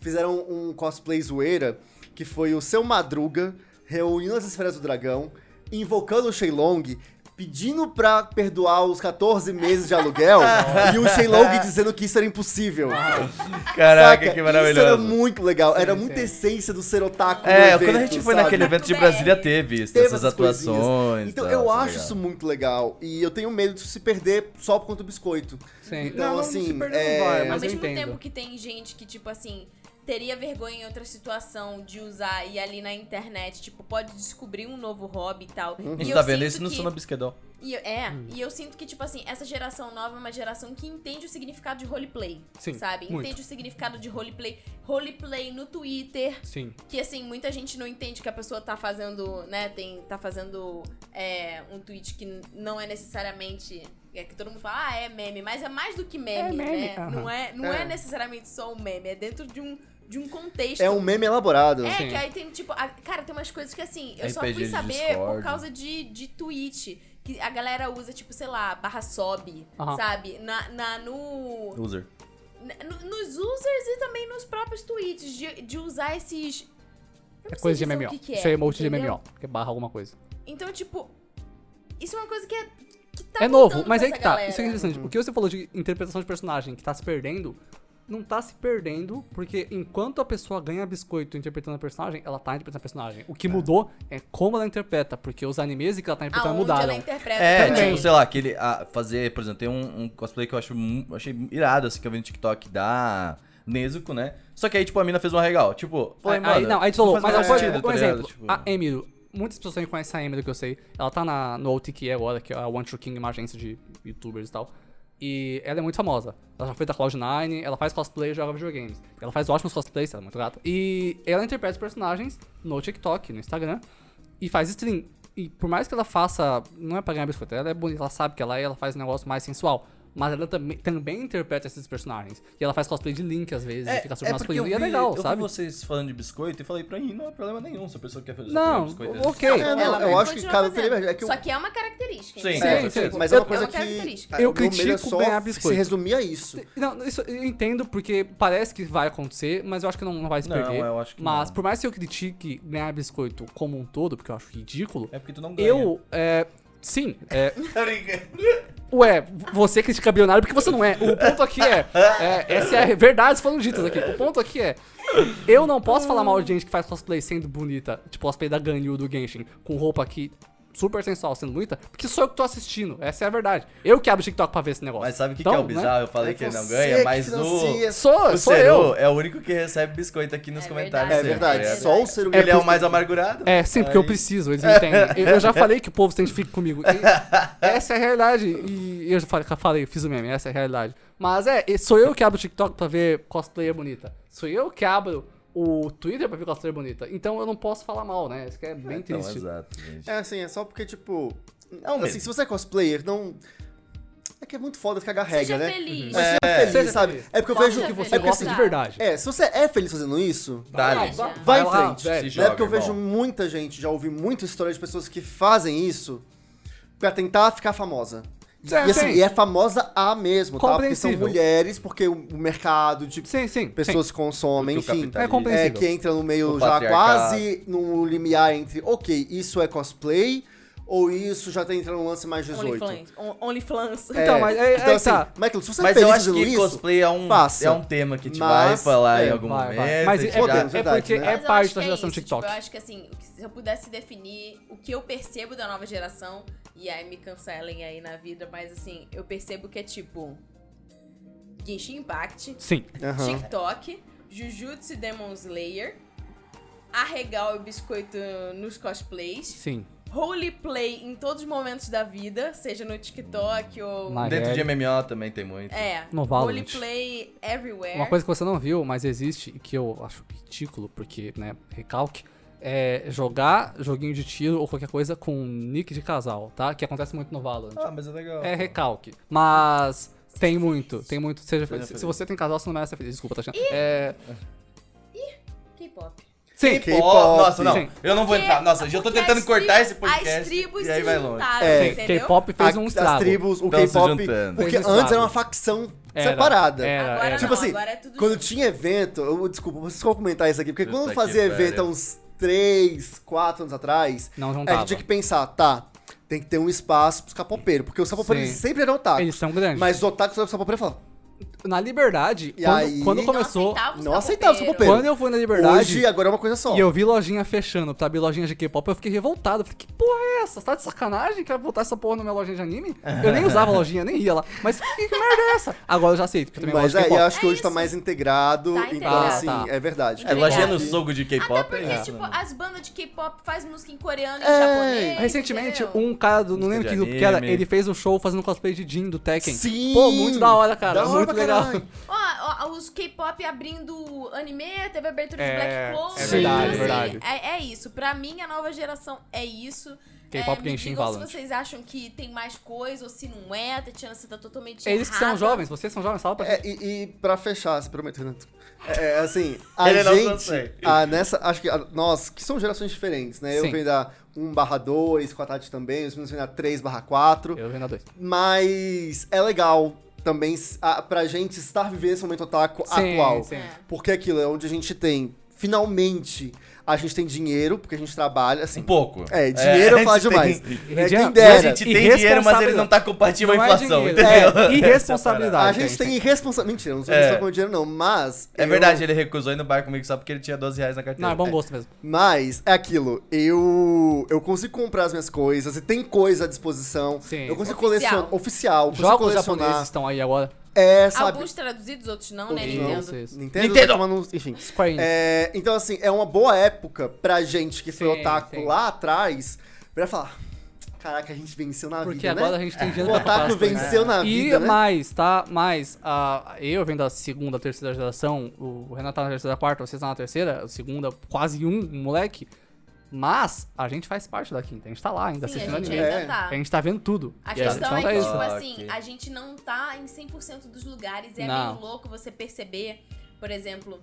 fizeram um cosplay zoeira, que foi o Seu Madruga reunindo as esferas do dragão, invocando o Shenlong, pedindo pra perdoar os 14 meses de aluguel, e o Shenlong dizendo que isso era impossível.
Caraca,
Saca?
que
Isso era
maravilhoso.
muito legal, era
Sim,
muita
sim.
essência do ser otaku no
É,
evento,
quando a gente foi
sabe?
naquele evento de
Muito
Brasília,
bem.
teve isso,
Teve
essas
essas coisinhas.
atuações.
Então
tal,
eu
tá
acho
ligado?
isso muito legal, e eu tenho medo de se perder só por conta do biscoito.
Sim.
Então,
não,
assim,
não se perdeu,
é-
não vai,
Ao
mas eu
mesmo
entendo.
tempo que tem gente que, tipo assim, teria vergonha em outra situação de usar e ali na internet, tipo, pode descobrir um novo hobby e tal.
A
E
gente
eu
tá vendo
sinto
isso no
que-
Sona Bisquedol.
E eu- é, e eu sinto que, tipo assim, essa geração nova é uma geração que entende o significado de roleplay.
Sim,
sabe?
muito.
Entende o significado de roleplay. Roleplay no Twitter.
Sim.
Que assim, muita gente não entende que a pessoa tá fazendo, né? Tem, tá fazendo é, um tweet que não é necessariamente. É que todo mundo fala, ah, é meme, mas é mais do que meme,
É meme,
né?
aham.
Não, é, não é.
É.
necessariamente só um meme, é dentro de um, de um contexto.
É um meme elaborado.
É,
Sim.
que aí tem, tipo, a- cara, tem umas coisas que assim, eu
RPG
só fui
assim. de
saber
Discord.
por causa de, de tweet. Que a galera usa, tipo, sei lá, barra sobe,
Aham.
sabe? Na, na, no,
User.
na- no- Nos users e também nos próprios tweets, de, de usar esses. eu não
É
sei
coisa de
dizer o
MMO.
que que
Isso é emote de
entendeu?
MMO. Que barra alguma coisa.
Então, tipo, isso é uma coisa que é. Que tá
é novo,
voltando
mas
pra
aí
essa
que tá.
galera.
Isso é interessante. O que você falou de interpretação de personagem que tá se perdendo, não tá se perdendo, porque enquanto a pessoa ganha biscoito interpretando a personagem, ela tá interpretando a personagem. O que mudou é como ela interpreta, porque os animes que ela tá interpretando
Aonde
mudaram.
ela interpreta.
É,
também.
tipo, sei lá, aquele. ah, fazer, por exemplo, tem um, um cosplay que eu acho mu- achei irado, assim, que eu vi no TikTok da Nezuko, né? Só que aí, tipo, a mina fez uma legal. Tipo,
É,
falei,
Aí-
mano.
aí, não, aí tu falou,
faz
mas
mais
eu vou-
sentido,
um
tá ligado?
exemplo.
Tipo-
A Emiro, muitas pessoas também conhecem a Emiro que eu sei. Ela tá na, no OTK agora, que é a One True King, uma agência de youtubers e tal. E ela é muito famosa. Ela já foi da Cloud9, ela faz cosplay e joga videogames. Ela faz ótimos cosplays, ela é muito gata. E ela interpreta os personagens no TikTok, no Instagram, e faz stream. E por mais que ela faça. Não é pra ganhar biscoito, ela é bonita, ela sabe que ela é, ela faz um negócio mais sensual. Mas ela também, também interpreta esses personagens. E ela faz cosplay de Link às vezes, e fica super
porque eu
masculino. E é
vi-
legal,
eu vi
sabe?
vocês falando de biscoito e falei pra mim, não é problema nenhum se a pessoa quer fazer só
Não,
comer biscoito.
ok.
É, não,
Ela
eu
vai
acho que
continuar
cada
fazendo.
vez- é que eu-
Só que é uma característica.
Sim,
entendeu?
sim,
Tipo,
sim,
é,
Mas é uma
Eu-
coisa
uma
que.
característica.
o
Eu
meu medo é
critico
só
ganhar
Se
biscoito.
resumia a isso.
Não, isso eu entendo porque parece que vai acontecer, mas eu acho que não, não vai se
Não,
perder.
eu acho que
mas
não.
por mais que eu critique ganhar biscoito como um todo, porque eu acho ridículo,
Tá
É porque tu não ganha.
eu. é, sim, é, Ué, você critica bilionário porque você não é. O ponto aqui é. é essa é a verdade foram ditas aqui. O ponto aqui é. Eu não posso falar mal de gente que faz cosplay sendo bonita, tipo cosplay da Ganyu do Genshin, com roupa aqui super sensual sendo bonita, porque sou eu que tô assistindo. Essa é a verdade. Eu que abro o TikTok pra ver esse negócio.
Mas sabe o que,
Então,
que é o
né?
bizarro? Eu falei que ele não
você
ganha,
que
mas o.
financia-
Sou,
O
sou eu.
Ceru é o único que recebe biscoito aqui nos
É
comentários.
É
verdade.
sempre,
verdade,
né?
só o ser humano.
Ele é o mais amargurado.
É, sim, porque eu
Aí-
preciso, eles me entendem. Eu, eu já falei que o povo se identifica comigo. E essa é a realidade. E eu já falei, falei, fiz o meme, essa é a realidade. Mas é, e sou eu que abro o TikTok pra ver cosplayer bonita. Sou eu que abro o Twitter pra ver cosplayer bonita. Então eu não posso falar mal, né? Isso que é bem
Então,
triste.
exato, gente.
É assim, é só porque, tipo.
Não
assim,
mesmo.
se você é cosplayer, não. É que é muito foda cagar regra,
Seja
né?
feliz.
Mas seja feliz,
Seja
sabe?
feliz.
É porque eu
Faça
vejo.
o que você
é
Você
porque,
gosta
assim,
de verdade.
É, se você é feliz fazendo isso,
Dá,
Vai
gente.
lá,
vai em
lá,
frente.
velho.
Se
né? Porque eu
joga,
vejo
irmão.
muita gente, já ouvi muita história de pessoas que fazem isso pra tentar ficar famosa. E,
Sim,
assim,
sim.
e é famosa a mesmo, tá? Porque são
Compreensível.
mulheres, porque o o mercado de
Sim, sim.
pessoas consomem,
Do
enfim.
capitalismo.
É compreensível.
É, que entra no meio
O
já
patriarcado.
quase no limiar entre, ok, isso é cosplay, ou isso já tá entrando no lance mais 18.
OnlyFans. On- OnlyFans.
É,
Então, mas é-
então,
aí
assim,
tá.
Michael, se você é
Mas
feliz
eu acho que
fazendo isso,
cosplay é um,
faça.
é um tema que te vai
Mas-
falar em
é,
algum
Vai, vai.
momento.
Mas
a
é,
gente
é
já-
Podemos,
porque, é,
verdade,
porque
né?
é
Mas eu
parte
acho
da
que é
geração
isso,
TikTok.
Tipo, eu acho que assim, o que- se eu pudesse definir o que eu percebo da nova geração, e aí me cancelem aí na vida, mas assim, eu percebo que é tipo. Genshin Impact,
Sim.
Aham.
TikTok, Jujutsu e Demon Slayer, Arregal e Biscoito nos cosplays,
Sim.
Holy Play em todos os momentos da vida, seja no TikTok ou.
Mas-
Dentro
É.
de MMO também tem muito.
É,
No
Holy
Valorant.
Play everywhere.
Uma coisa que você não viu, mas existe, e que eu acho ridículo, porque, né, recalque, é jogar joguinho de tiro ou qualquer coisa com nick de casal, tá? Que acontece muito no Valorant.
Ah, mas é legal.
É recalque. Mas tem muito, tem muito. Seja feliz. Se você tem casal, você não merece ser feliz. Desculpa, tá achando? É.
K-pop.
Sim.
K-pop.
Pop, Nossa, não.
Sim.
Eu não vou entrar. Nossa, já tô
Porque
tentando
as
cortar
tri-
esse podcast.
As tribos
e aí
se
vai longe.
juntaram,
É.
Sim,
entendeu?
K-pop fez
A-
um
As
estrago.
tribos, o
Tão se
K-pop.
juntando.
Porque
Fez um
antes
estrago.
era uma facção
Era,
separada.
era,
Agora
era.
não,
Tipo assim,
agora é tudo
Quando
junto.
tinha evento, eu, desculpa, vocês vão comentar isso aqui, porque
Puta
quando
que
fazia
pariu.
evento há uns 3, 4 anos atrás,
Não
a
juntava.
gente tinha que pensar, tá, tem que ter um espaço pros capopeiros, porque os capopeiros
Sim.
sempre eram otakus.
Eles são grandes.
Mas os otakus eram os capopeiros e falavam,
Na liberdade,
E
quando,
aí-
quando
Não
começou.
aceitava os
não aceitava os
capopeiros.
capopeiros.
Quando eu fui na liberdade.
Hoje, agora é uma coisa só.
E eu vi lojinha fechando, sabe? Lojinha de K-pop, eu fiquei revoltado. Eu Falei, que porra é essa? Você tá de sacanagem? Quer botar essa porra na minha lojinha de anime? Eu nem usava a lojinha, nem ia lá. Mas que, que merda é essa? Agora eu já aceito, porque também
Mas
gosto de
é, eu
K-pop.
acho que hoje tá mais integrado,
Tá
então
integrado.
assim,
Tá.
é verdade.
É, lojinha no
Obrigado.
sogo de
né? Até
K-pop.
porque,
é.
tipo, as bandas de K-pop faz música em coreano e
É.
japonês.
Recentemente,
entendeu?
um cara, do, não
Música
lembro
de
que grupo que era,
anime.
ele fez um show fazendo cosplay de Jin do Tekken.
Sim!
Pô, muito da hora, cara.
Da hora
muito
pra
legal.
caralho.
Ó, ó, os K-pop abrindo anime, teve abertura de
É,
Black Clover.
é
verdade,
assim,
é
verdade.
É, é isso. Pra mim, a nova geração é isso.
K-pop
é, me
Genshin
digam se
Valorant.
vocês acham que tem mais coisa ou se não é. Tatiana, você tá totalmente
Eles que são
errada.
jovens, vocês são jovens, fala pra
É,
gente.
e, e pra fechar, se prometo, Renato. É, é, assim, a
Ele não consegue.
gente. a- nessa, acho que a- nós, que são gerações diferentes, né?
Sim.
Eu venho da 1 barra 2, com a Tati também, os meninos vêm da 3 barra 4.
Eu vendo a dois.
Mas é legal também s- a, pra gente estar vivendo esse momento otaku
Sim,
atual.
sim. É.
Porque aquilo é onde a gente tem, finalmente, a gente tem dinheiro, porque a gente trabalha, assim.
Um pouco.
É, dinheiro
a
eu falo
gente
demais.
tem-
Né?
Dinheiro-
Quem
A
dera.
gente tem dinheiro, mas ele não tá compartindo a
Não é
inflação,
dinheiro.
entendeu?
É, irresponsabilidade.
A gente tem irresponsabilidade. Mentira, eu não sou
É.
responsável pelo meu dinheiro, não. Mas.
É
eu-
verdade, ele recusou ir no bar comigo só porque ele tinha 12 reais na carteira.
Não, é bom gosto mesmo.
Mas é aquilo, eu eu consigo comprar as minhas coisas e tem coisa à disposição.
Sim.
eu consigo
Oficial.
colecionar oficial, consigo
Jogos
colecionar.
japoneses estão aí agora.
É, sabe?
Alguns traduzidos, outros não, né,
Outros
não.
Nintendo?
Isso, isso.
Nintendo,
Nintendo!
tá tomando- enfim.
Square Enix.
É, então assim, é uma boa época pra gente que foi
Sim,
otaku
sim.
lá atrás, pra falar, caraca, a gente venceu na
Porque
vida, né?
agora a gente tem dinheiro
O
pra comprar
otaku
as coisas.
venceu na
E
vida, né?
mais, tá? Mais, ah, eu venho da segunda, terceira geração, o Renato tá na terceira, quarta, vocês tá na terceira, a segunda, quase um, um moleque. Mas a gente faz parte da quinta, a gente tá lá ainda
Sim,
assistindo
a gente
anime.
é-
ainda tá.
A gente tá vendo tudo.
A
E a
questão
gente
é
não tá
que,
isso.
tipo
Ah,
assim,
ok.
a gente não tá em 100% dos lugares. E é
Não.
meio louco você perceber, por exemplo,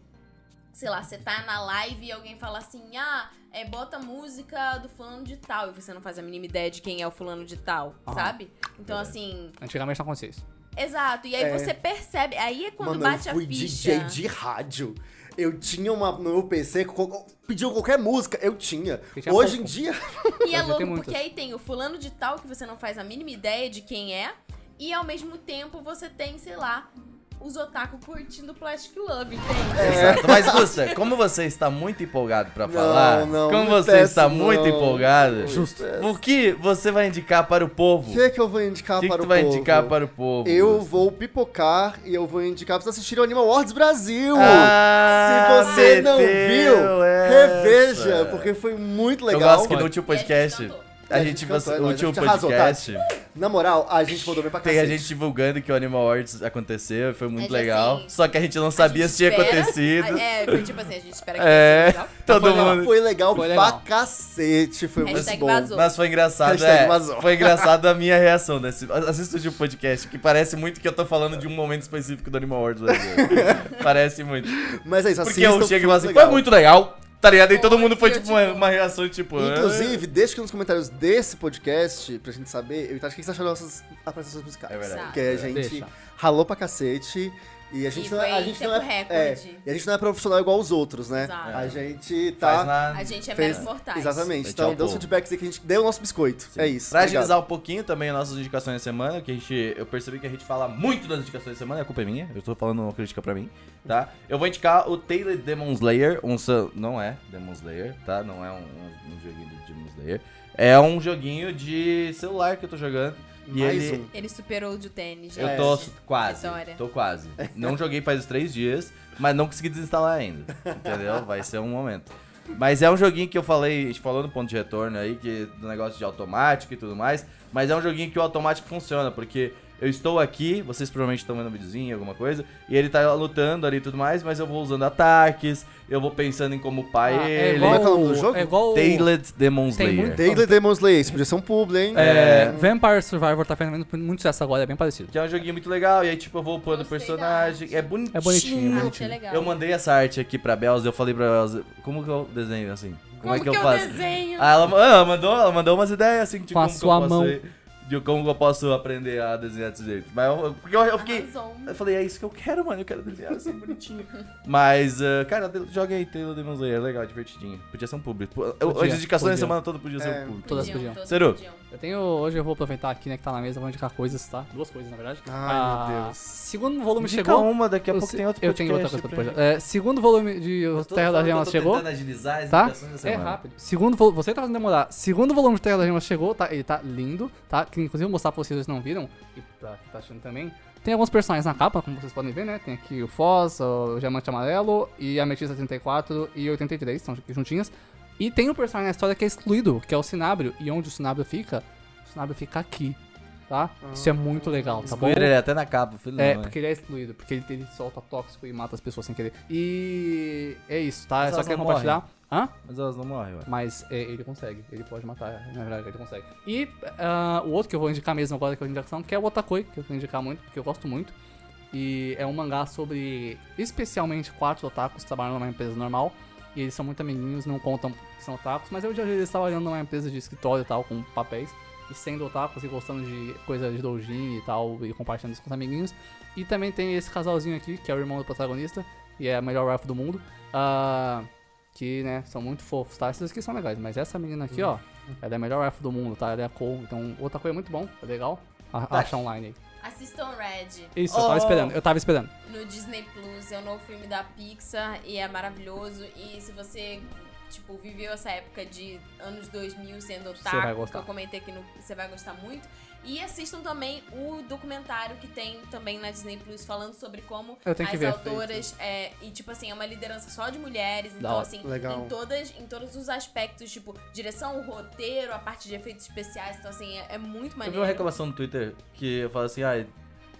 sei lá, você tá na live e alguém fala assim, ah, é, bota música do fulano de tal. E você não faz a mínima ideia de quem é o fulano de tal,
Aham.
sabe? Então,
é.
assim,
Antigamente não acontecia isso.
exato. E aí
É.
você percebe, aí é quando
Mano,
bate
eu fui
a ficha.
DJ de rádio. Eu tinha uma no meu PC, co- pediu qualquer música, eu tinha.
Eu tinha
Hoje em
pouco.
dia,
E é
Hoje tem
louco,
muitas.
porque aí tem o fulano de tal que você não faz a mínima ideia de quem é. E ao mesmo tempo você tem, sei lá, os otaku curtindo Plastic Love, entende?
Exato. Mas, Gusta, como você está muito empolgado pra
É. Não,
falar,
não,
como
não
você
peço,
está muito
não.
empolgado,
Justo. É, peço.
o que você vai indicar para o povo?
O que é que eu vou indicar
O que, que
para
tu
o
vai
povo?
indicar para o povo?
Eu
Gusta?
vou pipocar e eu vou indicar pra vocês assistirem o Animal Awards Brasil!
Ah,
Se você não
meteu
viu,
essa.
reveja, porque foi muito
é. Eu
legal.
gosto que no último podcast.
A
A
gente
gente,
cantou, é
no
nóis,
último
a gente arrasou,
podcast,
Na moral, a gente mandou bem pra
tem a
cacete.
gente divulgando que o Animal Arts aconteceu, foi muito
Mas,
legal.
assim,
Só que a gente não sabia
gente
se tinha
espera-
acontecido.
É, foi tipo assim, a gente espera que
É,
seja legal.
todo
foi,
mundo.
foi legal
Foi
pra
legal.
cacete, foi muito
Hashtag
bom.
vazou.
Mas foi engraçado,
Hashtag
é,
vazou.
foi engraçado a minha reação desse. Assista o último podcast, que parece muito que eu tô falando de um momento específico do Animal Awards. né? parece muito.
Mas é isso,
Porque
assistam,
eu chego e
foi
falo assim,
legal.
foi muito legal, tá ligado? E todo
Foi,
mundo foi
eu,
tipo uma,
tipo-
uma reação tipo... "Ah".
Inclusive, deixa aqui nos comentários desse podcast, pra gente saber, eu acho que vocês acharam das nossas apresentações musicais.
É verdade.
Porque a gente
Deixa.
ralou pra cacete e a gente
E
não
foi
é. A
em
gente
tempo
não é,
recorde.
é, e a gente não é profissional igual os outros, né?
Exato.
A gente
Faz
tá.
na-
A gente é
fez-
meros mortais.
Exatamente.
Foi
Então,
tchau,
dê os
povo.
feedbacks aí que a gente deu o nosso biscoito. É isso.
Pra
obrigado.
agilizar um pouquinho também as nossas indicações da semana, que a gente, eu percebi que a gente fala muito das indicações da semana, a culpa é minha, eu tô falando uma crítica pra mim, tá? Eu vou indicar o Taylor Demon Slayer, um sa- não é Demon Slayer, tá? Não é um, um- um joguinho de Demon Slayer, é um joguinho de celular que eu tô jogando. E
Mais
ele,
um.
Ele superou o de tênis.
Eu
É.
gente. Ah,
tô su- quase.
Vitória.
Tô quase. Não joguei faz uns três dias, mas não consegui desinstalar ainda. Entendeu? Vai ser um momento. Mas é um joguinho que eu falei, a gente falou no ponto de retorno aí, que do negócio de automático e tudo mais. Mas é um joguinho que o automático funciona, porque eu estou aqui, vocês provavelmente estão vendo um videozinho, alguma coisa, e ele tá lutando ali e tudo mais, mas eu vou usando ataques, eu vou pensando em como upar
Ah, é
ele.
igual,
Como é que é o nome do jogo?
É igual o-
Tailored Demon
Tem
Slayer.
muito-
Daily Demon Slayer, isso podia ser um publi, hein?
é, Vampire Survivor tá fazendo muito sucesso agora, é bem parecido.
Que é um joguinho muito legal, e aí tipo, eu vou upando o
Gostei da
personagem, é bonitinho.
É bonitinho, é
Ah,
bonitinho.
achei legal.
Eu mandei essa arte aqui pra Bells, eu falei pra Bells, como que eu desenho assim? Como, é que, eu, faço?
desenho?
Ah, ela, ah, ela mandou, ela mandou umas ideias assim, de
Com a
como que eu
sua
posso,
mão.
de como que eu posso aprender a desenhar desse jeito. Mas eu, porque eu, eu fiquei,
Arrasou.
eu falei, é isso que eu quero, mano, eu quero desenhar assim bonitinho. Mas, ah, cara, de- joga aí Taylor Demon Slayer, legal, divertidinho. Podia ser um público. As
Podia,
indicações da
podia.
semana toda podia ser um público.
Todas
Podiam,
podiam.
todas
Seru.
podiam.
Eu tenho. Hoje eu vou aproveitar aqui, né, que tá na mesa, vou indicar coisas, tá? Duas coisas, na verdade.
Ai, meu
Ah,
Deus. um,
Segundo volume
Indica
chegou.
uma, daqui a
Eu
pouco
se-
tem outro
Eu tenho outra
podcast né?
coisa pra
pra
depois. É, segundo volume de
Eu
O
tô
Terra das
falando que eu
Gemas
tô
chegou.
tentando agilizar as
Tá?
indicações da
É
semana.
rápido. Segundo volume. Você tá fazendo demorar. Segundo volume de Terra das Gemas chegou, tá? Ele tá lindo, tá? Que inclusive eu vou mostrar pra vocês, vocês não viram. E pra quem tá achando também. Tem alguns personagens na capa, como vocês podem ver, né? Tem aqui o Foz, o Diamante Amarelo e a Metista 34 e 83, estão aqui juntinhas. E tem um personagem na história que é excluído, que é o Sinabrio. E onde o Sinabrio fica? O Sinabrio fica aqui, tá?
Ah,
Isso é muito legal, tá bom?
Excluíram ele até na capa, filho da
É,
mãe.
porque ele é excluído, porque ele, ele solta tóxico e mata as pessoas sem querer. E é isso, tá?
Mas
Eu só
elas
queria
não
compartilhar. Hã?
Mas elas não morrem, ué.
Mas é, ele consegue, ele pode matar, na verdade, ele consegue. E ah, o outro que eu vou indicar mesmo agora, que é a indicação, que é o Otakoi, que eu vou indicar muito, porque eu gosto muito. E é um mangá sobre, especialmente, quatro otakus que trabalham numa empresa normal. E eles são muito amiguinhos, não contam que são otakus, mas eu já vi eles trabalhando numa empresa de escritório e tal, com papéis. E sendo otakus e gostando de coisa de doujin e tal, e compartilhando isso com os amiguinhos. E também tem esse casalzinho aqui, que é o irmão do protagonista, e é a melhor rifle do mundo. Ah, que, né, são muito fofos, tá? Esses aqui são legais, mas essa menina aqui, ó,
Uhum.
ela é a melhor rifle do mundo, tá? Ela é a Cole, então outra coisa muito bom, é legal. A-
Tá.
Acha online aí.
Assistam Red.
Isso, eu tava
Oh.
esperando, eu tava esperando.
no Disney Plus, é o novo filme da Pixar e é maravilhoso. E se você, tipo, viveu essa época de anos 2000 sendo
Você vai
otaku, que
gostar.
eu comentei aqui, no, você vai gostar muito. E assistam também o documentário que tem também na Disney Plus falando sobre como
Eu tenho
as
que ver.
autoras é, e tipo assim, é uma liderança só de mulheres, então
hora.
assim,
Legal.
em todas em todos os aspectos, tipo, direção, roteiro, a parte de efeitos especiais, então assim, é, é muito
Eu vi
maneiro.
uma reclamação no Twitter que eu falo assim, ah,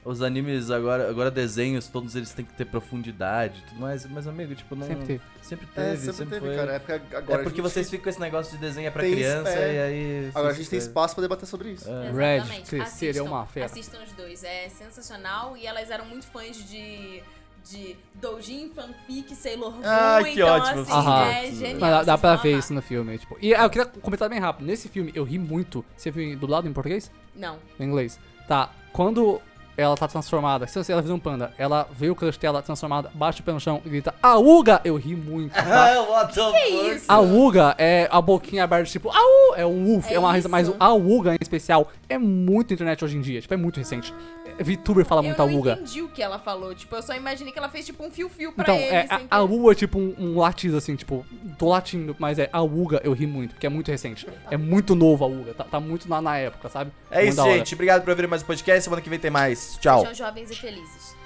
os animes agora, agora desenhos, todos eles têm que ter profundidade e tudo mais. Mas, amigo, tipo, não...
Sempre teve.
Sempre teve,
É,
sempre,
sempre teve,
foi.
cara. É porque agora.
é porque
a gente-
vocês ficam com esse negócio de desenho é pra
tem-
criança
é.
e aí...
Agora a gente tem espaço pra debater sobre isso.
É.
Red,
Exatamente.
crescer,
Assistam-
é uma fera.
Assistam os dois, é sensacional. E elas eram muito fãs de, de Doujin, fanfic, Sailor Moon.
Ah, que
então,
ótimo,
assim,
Aham.
é genial.
Mas dá, dá
vocês
pra
vão
ver
amar.
isso no filme, tipo. E ah, eu queria comentar bem rápido. Nesse filme eu ri muito. Você viu em- dublado em português?
Não.
Em inglês? Tá. Quando ela tá transformada. Se você- ela vira um panda, ela vê o crush dela transformada, bate o pé no chão e grita, Auga! Eu ri muito, tá?
What the fuck?
isso?
Auga é a boquinha aberta, tipo, au! É um uf, é,
É
uma risa,
isso.
mas o Auga em especial é muito internet hoje em dia, tipo, é muito recente. VTuber fala muito
eu não
Auga.
entendi o que ela falou. Tipo, eu só imaginei que ela fez tipo um fio-fio pra
Então,
ele.
é, a,
sem
a
querer.
Uga é tipo um, um latido, assim, tipo, tô latindo, mas é a Uga, eu ri muito, porque é muito recente. É muito novo a Uga, tá, tá muito na, na época, sabe?
É
Muito
isso,
da hora.
gente. Obrigado por ouvir mais um podcast. Semana que vem tem mais. Tchau.
Sejam jovens e felizes.